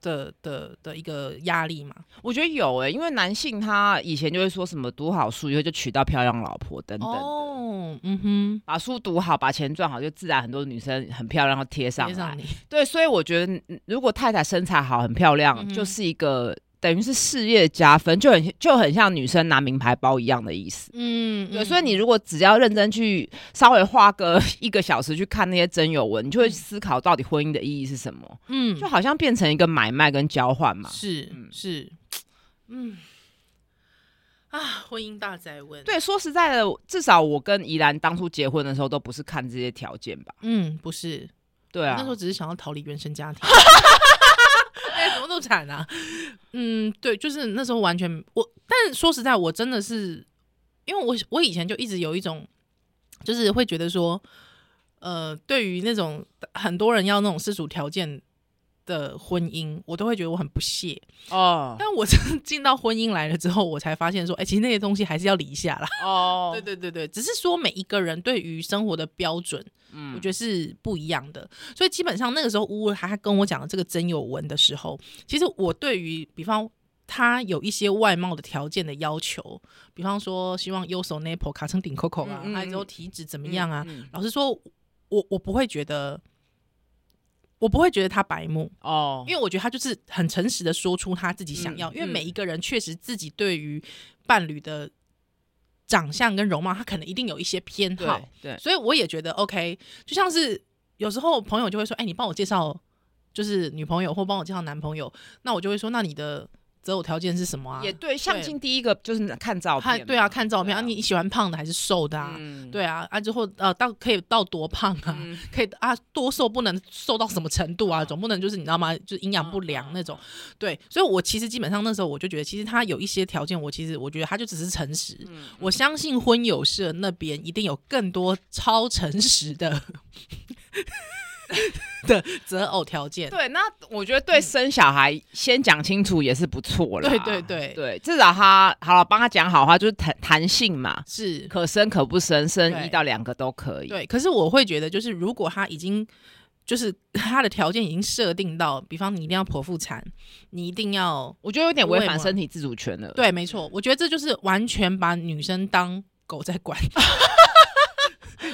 [SPEAKER 1] 的的的一个压力吗？
[SPEAKER 2] 我觉得有欸诶、因为男性他以前就会说什么读好书以后就娶到漂亮老婆等等的。
[SPEAKER 1] 哦，嗯哼，
[SPEAKER 2] 把书读好，把钱赚好，就自然很多女生很漂亮，要贴上
[SPEAKER 1] 接
[SPEAKER 2] 来。
[SPEAKER 1] 上你， (laughs)
[SPEAKER 2] 对，所以我觉得，嗯如果太太身材好、很漂亮，
[SPEAKER 1] 嗯哼
[SPEAKER 2] 就是一个等于是事业加分，就很就很像女生拿名牌包一样的意思。
[SPEAKER 1] 嗯，
[SPEAKER 2] 对，
[SPEAKER 1] 嗯
[SPEAKER 2] 所以你如果只要认真去稍微花个一个小时去看那些真有文，你就会思考到底婚姻的意义是什么，
[SPEAKER 1] 嗯
[SPEAKER 2] 就好像变成一个买卖跟交换嘛。
[SPEAKER 1] 是
[SPEAKER 2] 嗯
[SPEAKER 1] 是，嗯啊，婚姻大灾问，，
[SPEAKER 2] 对，说实在的，至少我跟怡兰当初结婚的时候都不是看这些条件吧？
[SPEAKER 1] 嗯，不是，
[SPEAKER 2] 对
[SPEAKER 1] 我
[SPEAKER 2] 啊，
[SPEAKER 1] 那时候只是想要逃离原生家庭。 (laughs) 哎、怎么那么惨啊？嗯，对，就是那时候完全我，但说实在，我真的是因为我我以前就一直有一种，就是会觉得说，呃，对于那种很多人要那种世俗条件的婚姻，我都会觉得我很不屑。 (laughs)
[SPEAKER 2] 哦
[SPEAKER 1] 但我真的进到婚姻来了之后，我才发现说，哎、其实那些东西还是要理一下啦。
[SPEAKER 2] 哦，
[SPEAKER 1] 对对对对，只是说每一个人对于生活的标准，
[SPEAKER 2] 嗯
[SPEAKER 1] 我觉得是不一样的。所以基本上那个时候，乌乌他跟我讲的这个真有文的时候，其实我对于比方他有一些外貌的条件的要求，比方说希望右手 nipple 卡成顶 Coco 啊，
[SPEAKER 2] 嗯嗯
[SPEAKER 1] 还有之后
[SPEAKER 2] 嗯
[SPEAKER 1] 体脂怎
[SPEAKER 2] 怎
[SPEAKER 1] 么样啊？
[SPEAKER 2] 嗯嗯
[SPEAKER 1] 老实说，我我不会觉得。我不会觉得他白目，
[SPEAKER 2] 哦，
[SPEAKER 1] 因为我觉得他就是很诚实的说出他自己想要，
[SPEAKER 2] 嗯
[SPEAKER 1] 因为
[SPEAKER 2] 嗯
[SPEAKER 1] 每一个人确实自己对于伴侣的长相跟容貌，他可能一定有一些偏好，
[SPEAKER 2] 对，
[SPEAKER 1] 所以我也觉得 OK。就像是有时候朋友就会说：“哎、你帮我介绍就是女朋友，或帮我介绍男朋友。”那我就会说：“那你的择偶条件是什么啊？”
[SPEAKER 2] 也对，相亲第一个就是看照片嘛，
[SPEAKER 1] 看对啊，看照片啊，
[SPEAKER 2] 对啊
[SPEAKER 1] 你喜欢胖的还是瘦的啊？
[SPEAKER 2] 嗯，
[SPEAKER 1] 对啊，啊之后呃到可以到多胖啊？
[SPEAKER 2] 嗯
[SPEAKER 1] (laughs) 可以啊，多瘦不能瘦到什么程度啊？总不能就是你知道吗？就是营养不良那种。对，所以我其实基本上那时候我就觉得，其实他有一些条件，我其实我觉得他就只是诚实。我相信婚友社那边一定有更多超诚实的 (laughs) 的择偶条件。
[SPEAKER 2] 对，那我觉得对生小孩先讲清楚也是不错了，
[SPEAKER 1] 嗯对对对
[SPEAKER 2] 对，至少他好了，帮他讲好话就是弹弹性嘛，
[SPEAKER 1] 是，
[SPEAKER 2] 可生可不生，生
[SPEAKER 1] 对
[SPEAKER 2] 一到两个都可以，
[SPEAKER 1] 对。可是我会觉得，就是如果他已经就是 (laughs) 他的条件已经设定到，比方你一定要剖腹产，你一定要
[SPEAKER 2] 我觉得有点违
[SPEAKER 1] 不会
[SPEAKER 2] 反
[SPEAKER 1] 嘛
[SPEAKER 2] 身体自主权了，
[SPEAKER 1] 对，没错，我觉得这就是完全把女生当狗在
[SPEAKER 2] (laughs)
[SPEAKER 1] 管，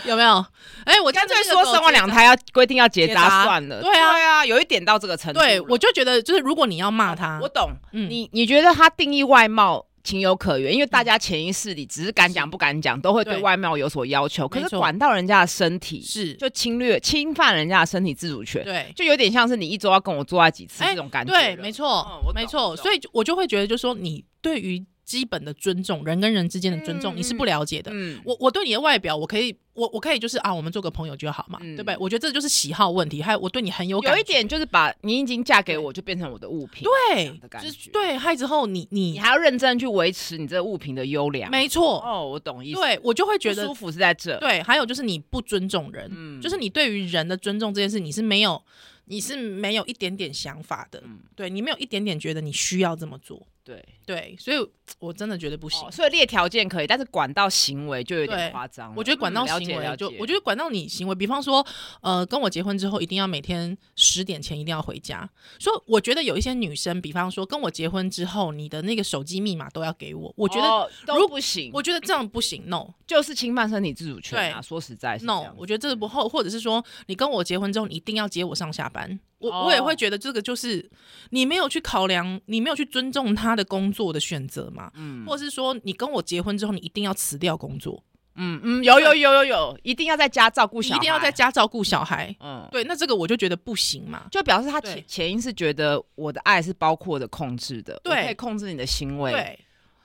[SPEAKER 1] 有没有？哎、我
[SPEAKER 2] 我干脆
[SPEAKER 1] 真的是
[SPEAKER 2] 说
[SPEAKER 1] 个狗
[SPEAKER 2] 生完两胎要规定要结
[SPEAKER 1] 结
[SPEAKER 2] 扎
[SPEAKER 1] 扎
[SPEAKER 2] 算了，
[SPEAKER 1] 对啊
[SPEAKER 2] 有一点到这个程度了，啊
[SPEAKER 1] 对，我就觉得就是如果你要骂他，
[SPEAKER 2] 我懂，
[SPEAKER 1] 嗯
[SPEAKER 2] 你你觉得他定义外貌情有可原，因为大家潜意识里只是敢讲不敢讲，都会嗯对
[SPEAKER 1] 对
[SPEAKER 2] 外貌有所要求。可
[SPEAKER 1] 没
[SPEAKER 2] 是
[SPEAKER 1] 错
[SPEAKER 2] 管到人家的身体，
[SPEAKER 1] 是
[SPEAKER 2] 就侵略、侵犯人家的身体自主权，
[SPEAKER 1] 对。
[SPEAKER 2] 就有点像是你一周要跟我做爱几次
[SPEAKER 1] 哎
[SPEAKER 2] 这种感觉了。
[SPEAKER 1] 对，没错，
[SPEAKER 2] 嗯我懂
[SPEAKER 1] 没
[SPEAKER 2] 我
[SPEAKER 1] 错，
[SPEAKER 2] 懂
[SPEAKER 1] 所以就我就会觉得，就是说，你对于基本的尊重，人跟人之间的尊重，
[SPEAKER 2] 嗯
[SPEAKER 1] 你是不了解的。
[SPEAKER 2] 嗯，
[SPEAKER 1] 我我对你的外表，我可以，我我可以就是啊，我们做个朋友就好嘛，
[SPEAKER 2] 嗯
[SPEAKER 1] 对不对？我觉得这就是喜好问题，还有我对你很有感
[SPEAKER 2] 有
[SPEAKER 1] 觉
[SPEAKER 2] 一点就是把你已经嫁给我，就变成我的物品，，
[SPEAKER 1] 对
[SPEAKER 2] 的感
[SPEAKER 1] 就是
[SPEAKER 2] 觉
[SPEAKER 1] 对，害之后你
[SPEAKER 2] 你
[SPEAKER 1] 你
[SPEAKER 2] 还要认真地去维持你这个物品的优良。
[SPEAKER 1] 没错，
[SPEAKER 2] 哦，我懂意思，
[SPEAKER 1] 对我就会觉
[SPEAKER 2] 不
[SPEAKER 1] 得
[SPEAKER 2] 舒服是在这，
[SPEAKER 1] 对，还有就是你不尊重人，
[SPEAKER 2] 嗯
[SPEAKER 1] 就是你对于人的尊重这件事，你是没有，你是没有一点点想法的，
[SPEAKER 2] 嗯
[SPEAKER 1] 对你没有一点点觉得你需要这么做，
[SPEAKER 2] 对。
[SPEAKER 1] 对，所以我真的觉得不行。
[SPEAKER 2] 哦，所以列条件可以，但是管到行为就有
[SPEAKER 1] 对
[SPEAKER 2] 点夸嗯张了。
[SPEAKER 1] 我觉得管到行为就，我觉得管到你行为，比方说，呃，跟我结婚之后，一定要每天十点前一定要回家。所以我觉得有一些女生，比方说跟我结婚之后，你的那个手机密码都要给我，我
[SPEAKER 2] 我
[SPEAKER 1] 觉得、
[SPEAKER 2] 哦都不行，
[SPEAKER 1] 我觉得这样不行，no
[SPEAKER 2] 就是侵犯身体自主权啊。
[SPEAKER 1] 对
[SPEAKER 2] 说实在是这
[SPEAKER 1] no，
[SPEAKER 2] 样
[SPEAKER 1] 我觉得这是不后，或者是说你跟我结婚之后，你一定要接我上下班。我、
[SPEAKER 2] 哦
[SPEAKER 1] 我也会觉得这个就是你没有去考量，你没有去尊重他的工作的选择嘛，
[SPEAKER 2] 嗯
[SPEAKER 1] 或者是说你跟我结婚之后，你一定要辞掉工作，
[SPEAKER 2] 嗯嗯，有有有有有，一定要在家照顾
[SPEAKER 1] 你
[SPEAKER 2] 小
[SPEAKER 1] 一
[SPEAKER 2] 孩，
[SPEAKER 1] 定要在家照顾小孩。
[SPEAKER 2] 嗯。
[SPEAKER 1] 对，那这个我就觉得不行嘛。
[SPEAKER 2] 就表示他潜
[SPEAKER 1] 对
[SPEAKER 2] 潜意识觉得我的爱是包括我的控制的，
[SPEAKER 1] 对
[SPEAKER 2] 我可以控制你的行为。，
[SPEAKER 1] 对，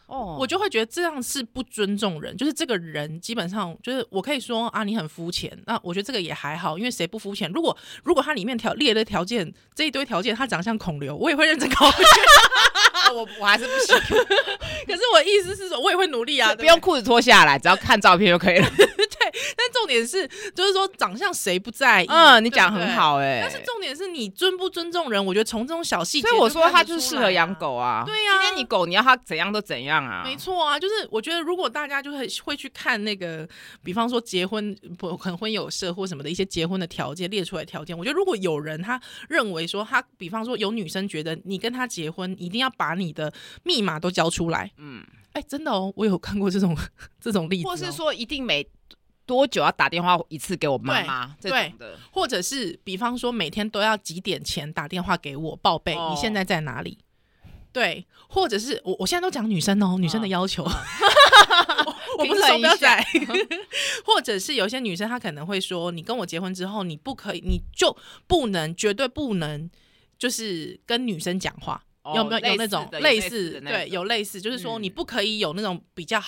[SPEAKER 2] 哦，
[SPEAKER 1] 我就会觉得这样是不尊重人，就是这个人基本上就是我可以说啊，你很肤浅，那我觉得这个也还好，因为谁不肤浅？如果如果他里面条列的条件这一堆条件，他长相孔刘，我也会认真考虑。 (laughs)
[SPEAKER 2] 哦 (laughs) 我我还是不行，
[SPEAKER 1] 可是我意思是说，我也会努力啊，对
[SPEAKER 2] 不
[SPEAKER 1] 对
[SPEAKER 2] 用。裤子脱下来，只要看照片就可以了。
[SPEAKER 1] 但重点是，就是说长相谁不在意？
[SPEAKER 2] 嗯，你
[SPEAKER 1] 对
[SPEAKER 2] 讲
[SPEAKER 1] 不对
[SPEAKER 2] 很。好哎、
[SPEAKER 1] 但是重点是你尊不尊重人，我觉得从这种小细节，
[SPEAKER 2] 所以我说他就是适合养。狗啊。
[SPEAKER 1] 对呀
[SPEAKER 2] 今天你狗你要它怎样都怎样啊。
[SPEAKER 1] 没错啊，就是我觉得如果大家就是会去看那个，比方说结婚不可能婚友社或什么的一些结婚的条件列出来条件，我觉得如果有人他认为说他，比方说有女生觉得你跟他结婚一定要把你的密码都交出来，
[SPEAKER 2] 嗯，
[SPEAKER 1] 哎，真的哦，我有看过这种 (laughs) 这种例子、哦，
[SPEAKER 2] 或是说一定每多久要打电话一次给我妈妈这
[SPEAKER 1] 对
[SPEAKER 2] 种的。
[SPEAKER 1] 或者是比方说每天都要几点前打电话给我报备、
[SPEAKER 2] 哦
[SPEAKER 1] 你现在在哪里。对，或者是我我现在都讲女生
[SPEAKER 2] 嗯
[SPEAKER 1] 哦，女生的要求， (laughs) 我不是双标仔， (laughs) 或者是有一些女生她可能会说，你跟我结婚之后，你不可以，你就不能，绝对不能，就是跟女生讲话。
[SPEAKER 2] 哦
[SPEAKER 1] 有没有有那
[SPEAKER 2] 类似
[SPEAKER 1] 种
[SPEAKER 2] 的有
[SPEAKER 1] 类
[SPEAKER 2] 类
[SPEAKER 1] 似
[SPEAKER 2] 似的那
[SPEAKER 1] 对
[SPEAKER 2] 种
[SPEAKER 1] 有类似，就是说
[SPEAKER 2] 嗯
[SPEAKER 1] 你不可以有那种比较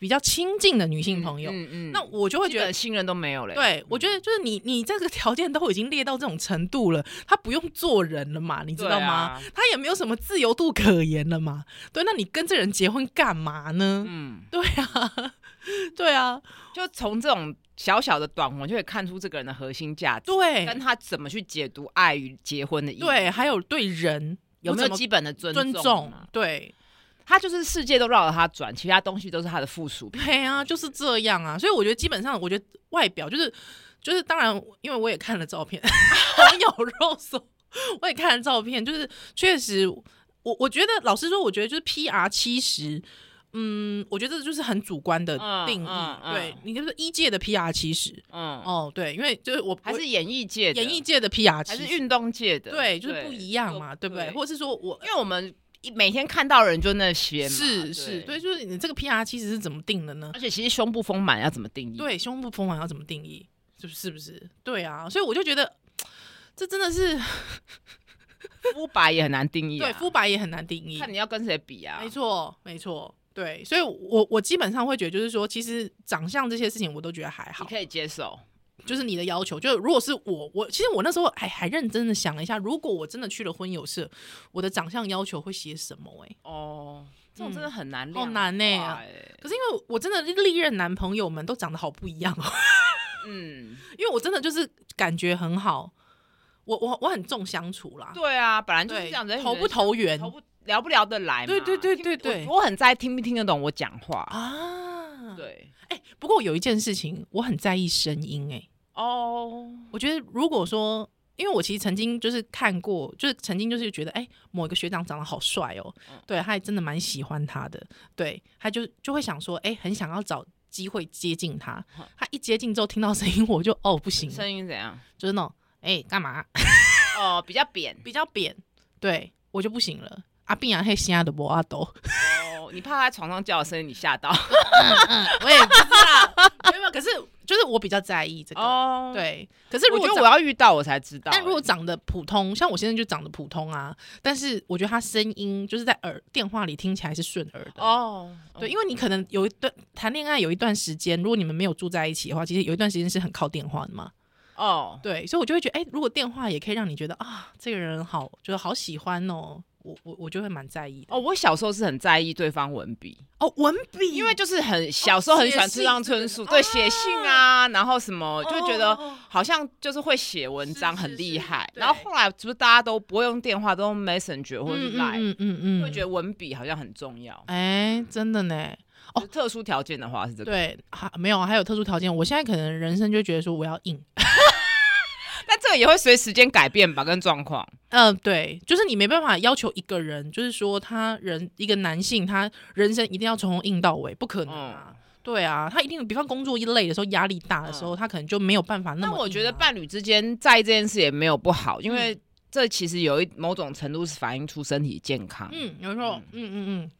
[SPEAKER 1] 比较亲近的女性朋友。
[SPEAKER 2] 嗯嗯
[SPEAKER 1] 那我就会
[SPEAKER 2] 会
[SPEAKER 1] 觉
[SPEAKER 2] 觉
[SPEAKER 1] 得
[SPEAKER 2] 得信任都没有嘞。
[SPEAKER 1] 对，我觉得就是你，你这个条件都已经列到这种程度了，他不用做人了嘛，你知
[SPEAKER 2] 对啊，
[SPEAKER 1] 道吗？他也没有什么自由度可言了嘛。对，那你跟这人结婚干嘛呢？
[SPEAKER 2] 嗯，
[SPEAKER 1] (laughs) 对啊，对啊，
[SPEAKER 2] 就从这种小小的短文就可以看出这个人的核心价值，跟
[SPEAKER 1] 对
[SPEAKER 2] 他怎么去解读爱与结婚的意义，
[SPEAKER 1] 对，还有对人
[SPEAKER 2] 有没有
[SPEAKER 1] 怎么
[SPEAKER 2] 基本的尊
[SPEAKER 1] 尊
[SPEAKER 2] 重啊
[SPEAKER 1] 重
[SPEAKER 2] 嘛？？
[SPEAKER 1] 对，
[SPEAKER 2] 他就是世界都绕着他转，其他东西都是他的附属品。
[SPEAKER 1] 对啊，就是这样啊。所以我觉得基本上，我觉得外表就是就是，当然，因为我也看了照片， (laughs) 网友肉搜，我也看了照片，就是确实，我我觉得老实说，我觉得就是 P R 七十。嗯，我觉得这就是很主观的
[SPEAKER 2] 嗯
[SPEAKER 1] 定义，
[SPEAKER 2] 嗯嗯
[SPEAKER 1] 对你就是一届的 PR 七十、
[SPEAKER 2] 嗯，
[SPEAKER 1] 哦，对，因为就是我
[SPEAKER 2] 还是演艺界
[SPEAKER 1] 我
[SPEAKER 2] 的，
[SPEAKER 1] 演艺界的 PR
[SPEAKER 2] 还
[SPEAKER 1] 七
[SPEAKER 2] 是
[SPEAKER 1] 十，
[SPEAKER 2] 运动界的，
[SPEAKER 1] 对，就是不一样嘛，对不对？或是说我
[SPEAKER 2] 因为我们一每天看到的人就那些嘛，
[SPEAKER 1] 是是对，，就是你这个 PR 七十是怎么定的呢？
[SPEAKER 2] 而且其实胸部丰满要怎么定义？，
[SPEAKER 1] 对，胸部丰满要怎么定义？是不是？不是？对啊，所以我就觉得这真的是
[SPEAKER 2] 肤白也很难定义、啊，
[SPEAKER 1] 对肤白也很难定义。
[SPEAKER 2] 看你要跟谁比啊，
[SPEAKER 1] 没错，没错，对。所以我我基本上会觉得，就是说，其实长相这些事情我都觉得还
[SPEAKER 2] 你
[SPEAKER 1] 好，
[SPEAKER 2] 可以接受，
[SPEAKER 1] 就是你的要求。就如果是我，我其实我那时候还还认真的想了一下，如果我真的去了婚友社，我的长相要求会写什么、欸？
[SPEAKER 2] 哦，这种真的很难
[SPEAKER 1] 嗯
[SPEAKER 2] 量化、
[SPEAKER 1] 好难欸可是因为我真的历任男朋友们都长得好不一样哦， (laughs)
[SPEAKER 2] 嗯，
[SPEAKER 1] 因为我真的就是感觉很好，我我我很重相处啦。
[SPEAKER 2] 对啊，本来就是
[SPEAKER 1] 对
[SPEAKER 2] 这样子，
[SPEAKER 1] 投不投缘
[SPEAKER 2] 投不聊不聊得来嘛，
[SPEAKER 1] 对对对
[SPEAKER 2] 听
[SPEAKER 1] 对对
[SPEAKER 2] 我我很在意听不听得懂我讲话，
[SPEAKER 1] 啊？，
[SPEAKER 2] 对，
[SPEAKER 1] 哎、不过有一件事情我很在意声音、哎，
[SPEAKER 2] 哦，
[SPEAKER 1] 我觉得如果说。因为我其实曾经就是看过，就是曾经就是觉得，哎、某一个学长长得好帅哦，
[SPEAKER 2] 嗯
[SPEAKER 1] 对，他也真的蛮喜欢他的，对，他就就会想说，哎、很想要找机会接近他
[SPEAKER 2] 嗯。
[SPEAKER 1] 他一接近之后听到声音，我就哦不行，
[SPEAKER 2] 声音怎样？
[SPEAKER 1] 就是那种，哎、干嘛？
[SPEAKER 2] 哦，比较扁
[SPEAKER 1] 比较扁，对我就不行了。啊阿碧然黑心的博阿斗，
[SPEAKER 2] 哦，你怕他在床上叫的声音你吓到，
[SPEAKER 1] (laughs) 我也不知道，没有，没有可是就是我比较在意这个。
[SPEAKER 2] 哦，，
[SPEAKER 1] (laughs) 对，可是如
[SPEAKER 2] 我
[SPEAKER 1] 果
[SPEAKER 2] 觉得
[SPEAKER 1] 长
[SPEAKER 2] 我要遇到我才知道欸、
[SPEAKER 1] 但如果长得普通，像我现在就长得普通啊，但是我觉得他声音就是在耳电话里听起来是顺耳的。
[SPEAKER 2] 哦，
[SPEAKER 1] 对，因
[SPEAKER 2] 为
[SPEAKER 1] 为你可能有一段谈恋爱有一段时间，如果你们没有住在一起的话，其实有一段时间是很靠电话的嘛。
[SPEAKER 2] 哦，
[SPEAKER 1] 对，所以我就会觉得，哎、如果电话也可以让你觉得啊，这个人好，就是好喜欢哦，我我我就会蛮在意的。
[SPEAKER 2] 哦，我小时候是很在意对方文笔，
[SPEAKER 1] 哦，文笔，哦
[SPEAKER 2] 因为就是很小时候很喜欢村上春
[SPEAKER 1] 写
[SPEAKER 2] 树，
[SPEAKER 1] 信
[SPEAKER 2] 对，写信啊，然后什么就会觉
[SPEAKER 1] 哦
[SPEAKER 2] 得
[SPEAKER 1] 哦哦
[SPEAKER 2] 好像就是会写文章
[SPEAKER 1] 是
[SPEAKER 2] 很厉害
[SPEAKER 1] 是。是
[SPEAKER 2] 然后后来是不是大家都不会用电话，都用 Messenger 或者是 Line，
[SPEAKER 1] 嗯嗯嗯
[SPEAKER 2] 会觉得文笔好像很重要。
[SPEAKER 1] 哎、真的呢。哦
[SPEAKER 2] 就是特殊条件的话是这个，
[SPEAKER 1] 对，还、没有，啊还有特殊条件。我现在可能人生就觉得说我要硬，
[SPEAKER 2] 但这个也会随时间改变吧，跟状况。
[SPEAKER 1] 嗯、对，就是你没办法要求一个人，就是说他人一个男性，他人生一定要从头硬到尾，不可能
[SPEAKER 2] 哦
[SPEAKER 1] 啊。对啊，他一定，比方工作一累的时候，压力大的时候，他可能就没有办法那么、
[SPEAKER 2] 嗯
[SPEAKER 1] 啊
[SPEAKER 2] 那我觉得，伴侣之间在意这件事也没有不好，因为
[SPEAKER 1] 嗯
[SPEAKER 2] 这其实有一某种程度是反映出身体健康，
[SPEAKER 1] 嗯，有时候，嗯嗯嗯，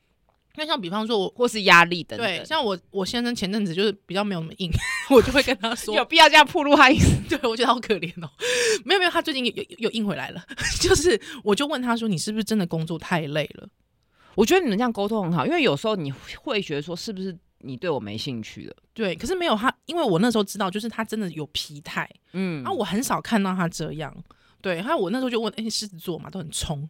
[SPEAKER 1] 那像比方说我。
[SPEAKER 2] 或是压力等
[SPEAKER 1] 对，
[SPEAKER 2] 等。
[SPEAKER 1] 像我我先生前阵子就是比较没有那么硬， (laughs) 我就会跟他说，
[SPEAKER 2] 有必要这样暴露他隐私？
[SPEAKER 1] (laughs) 对我觉得好可怜哦。没有没有，他最近有有有硬回来了， (laughs) 就是我就问他说，你是不是真的工作太累了？
[SPEAKER 2] 我觉得你们这样沟通很好，因为有时候你会觉得说，是不是你对我没兴趣了？
[SPEAKER 1] 对，可是没有他，因为我那时候知道，就是他真的有疲态，
[SPEAKER 2] 嗯
[SPEAKER 1] 然啊后、我很少看到他这样。对，还有我那时候就问，哎、狮子座嘛，都很
[SPEAKER 2] (laughs)
[SPEAKER 1] 冲，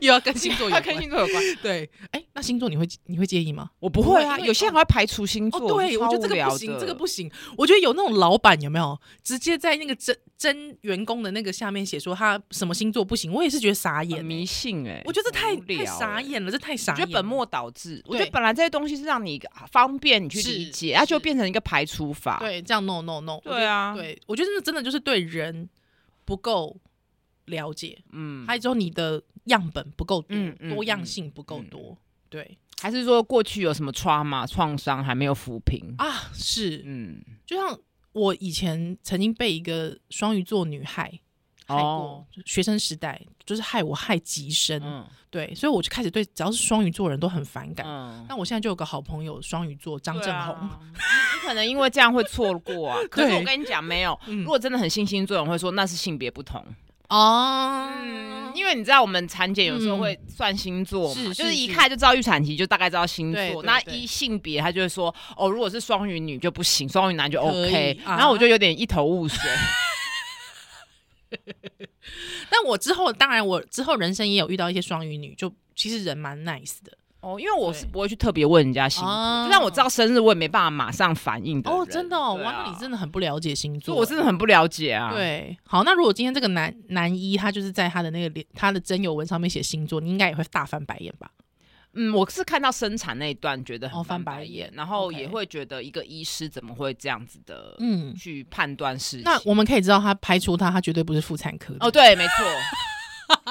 [SPEAKER 1] 又要 (laughs) 跟星座有
[SPEAKER 2] 他跟
[SPEAKER 1] 关。
[SPEAKER 2] 星座有关，
[SPEAKER 1] 对，哎、那星座你会你会介意吗？
[SPEAKER 2] (laughs) 我不会
[SPEAKER 1] 不会
[SPEAKER 2] 啊。
[SPEAKER 1] 因为
[SPEAKER 2] 有些人还会排除星座，
[SPEAKER 1] 哦，对，我觉得这个不
[SPEAKER 2] 超无聊
[SPEAKER 1] 行，
[SPEAKER 2] 的
[SPEAKER 1] 这个不行。我觉得有那种老板有没有直接在那个真真员工的那个下面写说他什么星座不行，我也是觉得傻眼、欸
[SPEAKER 2] 很迷信哎、
[SPEAKER 1] 我觉得这太
[SPEAKER 2] 很无聊
[SPEAKER 1] 太傻
[SPEAKER 2] 欸。
[SPEAKER 1] 眼了，这太傻
[SPEAKER 2] 我
[SPEAKER 1] 眼了。
[SPEAKER 2] 觉得本末倒置，我觉
[SPEAKER 1] 对
[SPEAKER 2] 得本来这些东西是让你方便你去理
[SPEAKER 1] 是
[SPEAKER 2] 解，它就是变成一个排除法。
[SPEAKER 1] 对这样 no no no，我觉
[SPEAKER 2] 啊对
[SPEAKER 1] 得
[SPEAKER 2] 啊，，
[SPEAKER 1] 对我觉得那真的就是对人不够了解，
[SPEAKER 2] 嗯，
[SPEAKER 1] 还有之后你的样本不够多，
[SPEAKER 2] 嗯嗯
[SPEAKER 1] 多样
[SPEAKER 2] 嗯
[SPEAKER 1] 性不够
[SPEAKER 2] 嗯
[SPEAKER 1] 多，对
[SPEAKER 2] 还是说过去有什么 trauma 创伤还没有抚平？
[SPEAKER 1] 啊，是
[SPEAKER 2] 嗯，
[SPEAKER 1] 就像我以前曾经被一个双鱼座女害。害过
[SPEAKER 2] 哦，
[SPEAKER 1] 学生时代就是害我害极深，
[SPEAKER 2] 嗯
[SPEAKER 1] 对，所以我就开始对只要是双鱼座人都很反感。
[SPEAKER 2] 嗯啊
[SPEAKER 1] 那我现在就有个好朋友双鱼座张正宏，
[SPEAKER 2] 你你可能因为这样会错 (laughs) 过啊。可是
[SPEAKER 1] 对
[SPEAKER 2] 我跟你讲，没有。
[SPEAKER 1] 嗯
[SPEAKER 2] 如果真的很信心作用，会说那是性别不同。
[SPEAKER 1] 哦，
[SPEAKER 2] 嗯，因为你知道我们产检有时候
[SPEAKER 1] 嗯
[SPEAKER 2] 会算星座嘛，
[SPEAKER 1] 是
[SPEAKER 2] 就是
[SPEAKER 1] 是
[SPEAKER 2] 一看就知道预产期，就大概知道星
[SPEAKER 1] 对
[SPEAKER 2] 座。
[SPEAKER 1] 对
[SPEAKER 2] 那
[SPEAKER 1] 对
[SPEAKER 2] 一性别，他就会说哦，如果是双鱼女就不行，双鱼男就
[SPEAKER 1] 可以
[SPEAKER 2] OK。
[SPEAKER 1] 啊
[SPEAKER 2] 然后我就有点一头雾水。
[SPEAKER 1] 但我之后，当然我之后人生也有遇到一些双鱼女，就其实人蛮 nice 的。
[SPEAKER 2] 哦，因为我是
[SPEAKER 1] 对
[SPEAKER 2] 不会去特别问人家星
[SPEAKER 1] 哦
[SPEAKER 2] 座，就算我知道生日，我也没办法马上反应的人。
[SPEAKER 1] 哦，真的哦，
[SPEAKER 2] 对
[SPEAKER 1] 哇，
[SPEAKER 2] 啊
[SPEAKER 1] 那你真的很不了解星座
[SPEAKER 2] 所以
[SPEAKER 1] 欸。
[SPEAKER 2] 我真的很不了解啊。，
[SPEAKER 1] 对。好，那如果今天这个男男一他就是在他的那个脸，他的真友文上面写星座，你应该也会大翻白眼吧？
[SPEAKER 2] 嗯，我是看到生产那一段觉得
[SPEAKER 1] 哦
[SPEAKER 2] 很
[SPEAKER 1] 翻
[SPEAKER 2] 翻
[SPEAKER 1] 白
[SPEAKER 2] 白
[SPEAKER 1] 眼
[SPEAKER 2] 眼，然后
[SPEAKER 1] OK
[SPEAKER 2] 也会觉得一个医师怎么会这样子的
[SPEAKER 1] 嗯，
[SPEAKER 2] 去判断事情。
[SPEAKER 1] 那我们可以知道他排除他，他绝对不是妇产科的
[SPEAKER 2] 哦，，对，没错， (laughs)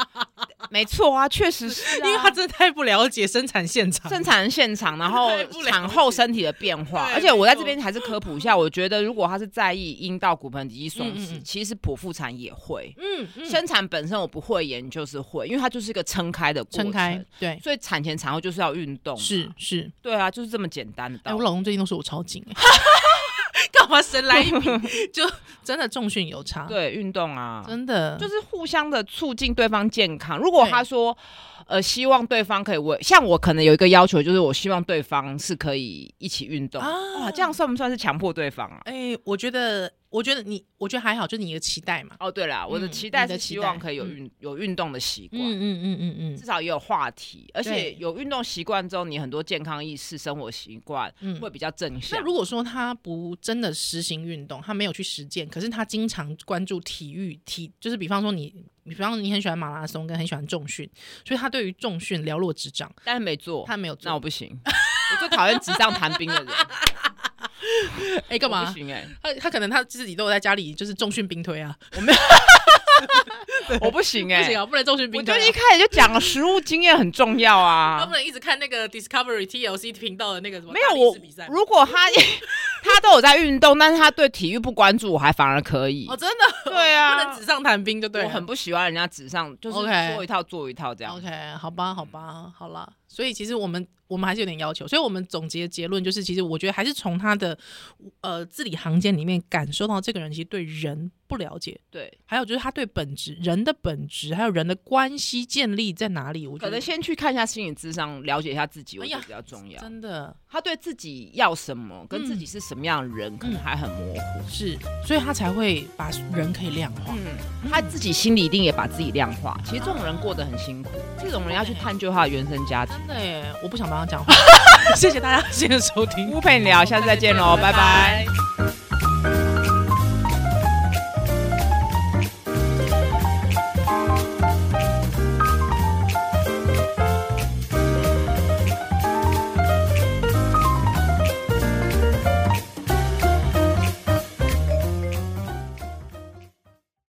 [SPEAKER 2] 没错啊，确实是、啊，
[SPEAKER 1] 因为他真的太不了解生产现场。
[SPEAKER 2] 生产现场，然后
[SPEAKER 1] 太不了解
[SPEAKER 2] 产后身体的变化，
[SPEAKER 1] 对
[SPEAKER 2] 而且我在
[SPEAKER 1] 没错
[SPEAKER 2] 这边还是科普一下，我觉得如果他是在意阴道骨盆底肌松
[SPEAKER 1] 嗯嗯
[SPEAKER 2] 弛，
[SPEAKER 1] 嗯
[SPEAKER 2] 其实剖腹产也会。
[SPEAKER 1] 嗯，嗯
[SPEAKER 2] 生产本身我不会研究是会，因为它就是一个撑开的过程
[SPEAKER 1] 撑开，，对，
[SPEAKER 2] 所以产前产后就是要运动嘛，啊
[SPEAKER 1] 是是。
[SPEAKER 2] 对啊，就是这么简单的
[SPEAKER 1] 哎，
[SPEAKER 2] 道
[SPEAKER 1] 我
[SPEAKER 2] 理。
[SPEAKER 1] 老公最近都说我超紧， (laughs) 哎
[SPEAKER 2] (laughs)
[SPEAKER 1] 干嘛神来一笔？ (laughs) 就真的重训有差，
[SPEAKER 2] 对，运动啊，
[SPEAKER 1] 真的
[SPEAKER 2] 就是互相的促进对方健康。如果他说，呃，希望对方可以为，像我可能有一个要求，就是我希望对方是可以一起运动。
[SPEAKER 1] 啊
[SPEAKER 2] 哇，这样算不算是强迫对方啊？
[SPEAKER 1] 哎、我觉得，我觉得你，我觉得还好，就你一个期待嘛。
[SPEAKER 2] 哦，对了，我的
[SPEAKER 1] 嗯
[SPEAKER 2] 期
[SPEAKER 1] 你
[SPEAKER 2] 待
[SPEAKER 1] 的
[SPEAKER 2] 是
[SPEAKER 1] 期
[SPEAKER 2] 希望
[SPEAKER 1] 待
[SPEAKER 2] 可以有
[SPEAKER 1] 嗯
[SPEAKER 2] 运、有运动的习惯。
[SPEAKER 1] 嗯嗯嗯嗯
[SPEAKER 2] 至少也有话题，而且
[SPEAKER 1] 对
[SPEAKER 2] 有运动习惯之后，你很多健康意识、生活习惯
[SPEAKER 1] 嗯
[SPEAKER 2] 会比较正
[SPEAKER 1] 那
[SPEAKER 2] 向。
[SPEAKER 1] 如果说他不真的实行运动，他没有去实践，可是他经常关注体育体，就是比方说你，比方你很喜欢马拉松，跟很喜欢重训，所以他对于重训了若指掌，
[SPEAKER 2] 但是没做，
[SPEAKER 1] 他没有
[SPEAKER 2] 那
[SPEAKER 1] 做。
[SPEAKER 2] 我不
[SPEAKER 1] (laughs)
[SPEAKER 2] 行。我最讨厌纸上谈兵的人，
[SPEAKER 1] 哎， (laughs) 干
[SPEAKER 2] 我
[SPEAKER 1] 嘛
[SPEAKER 2] 不？行哎、
[SPEAKER 1] 他他可能他自己都有在家里就是重训兵推啊，
[SPEAKER 2] 我不行哎、
[SPEAKER 1] 不行啊，不能重训
[SPEAKER 2] 我
[SPEAKER 1] 兵
[SPEAKER 2] 就
[SPEAKER 1] 推、
[SPEAKER 2] 一
[SPEAKER 1] 啊。
[SPEAKER 2] 开始就讲了，食物经验很重要
[SPEAKER 1] 他 (laughs)
[SPEAKER 2] 啊
[SPEAKER 1] 不。能一直看那个 Discovery TLC 频道的那个什么
[SPEAKER 2] 没有
[SPEAKER 1] 大力
[SPEAKER 2] 我
[SPEAKER 1] 士比赛，吗
[SPEAKER 2] 如果他 (laughs) 他都有在运动，但是他对体育不关注，我还反而可以
[SPEAKER 1] 哦，。真的
[SPEAKER 2] 对
[SPEAKER 1] 不能
[SPEAKER 2] 啊
[SPEAKER 1] 纸，上谈兵就对了。
[SPEAKER 2] 我很不喜欢人家纸上就是
[SPEAKER 1] OK 哦
[SPEAKER 2] 做一套做一套这样。
[SPEAKER 1] OK，好吧，好吧，好啦，所以其实我们我们还是有点要求，所以我们总结结论就是，其实我觉得还是从他的呃字里行间里面感受到这个人其实对人不了解，
[SPEAKER 2] 对，
[SPEAKER 1] 还有就是他对本质人的本质还有人的关系建立在哪里，我觉
[SPEAKER 2] 可
[SPEAKER 1] 得
[SPEAKER 2] 能先去看一下心理智商，了解一下自己，我
[SPEAKER 1] 哎
[SPEAKER 2] 觉
[SPEAKER 1] 呀
[SPEAKER 2] 得比较重要。
[SPEAKER 1] 真的嗯
[SPEAKER 2] 他对自己要什么，跟自己是什么样的人，可能还很模糊。
[SPEAKER 1] 是，所以他才会把人可以量化。
[SPEAKER 2] 嗯，他自己心里一定也把自己量化。其实这种人过得很辛苦，这种人要去探究他的原生家庭。
[SPEAKER 1] 真的耶，我不想帮他讲话。谢谢大家，谢谢收听。
[SPEAKER 2] (laughs) 吴佩聊，下次再见喽，拜拜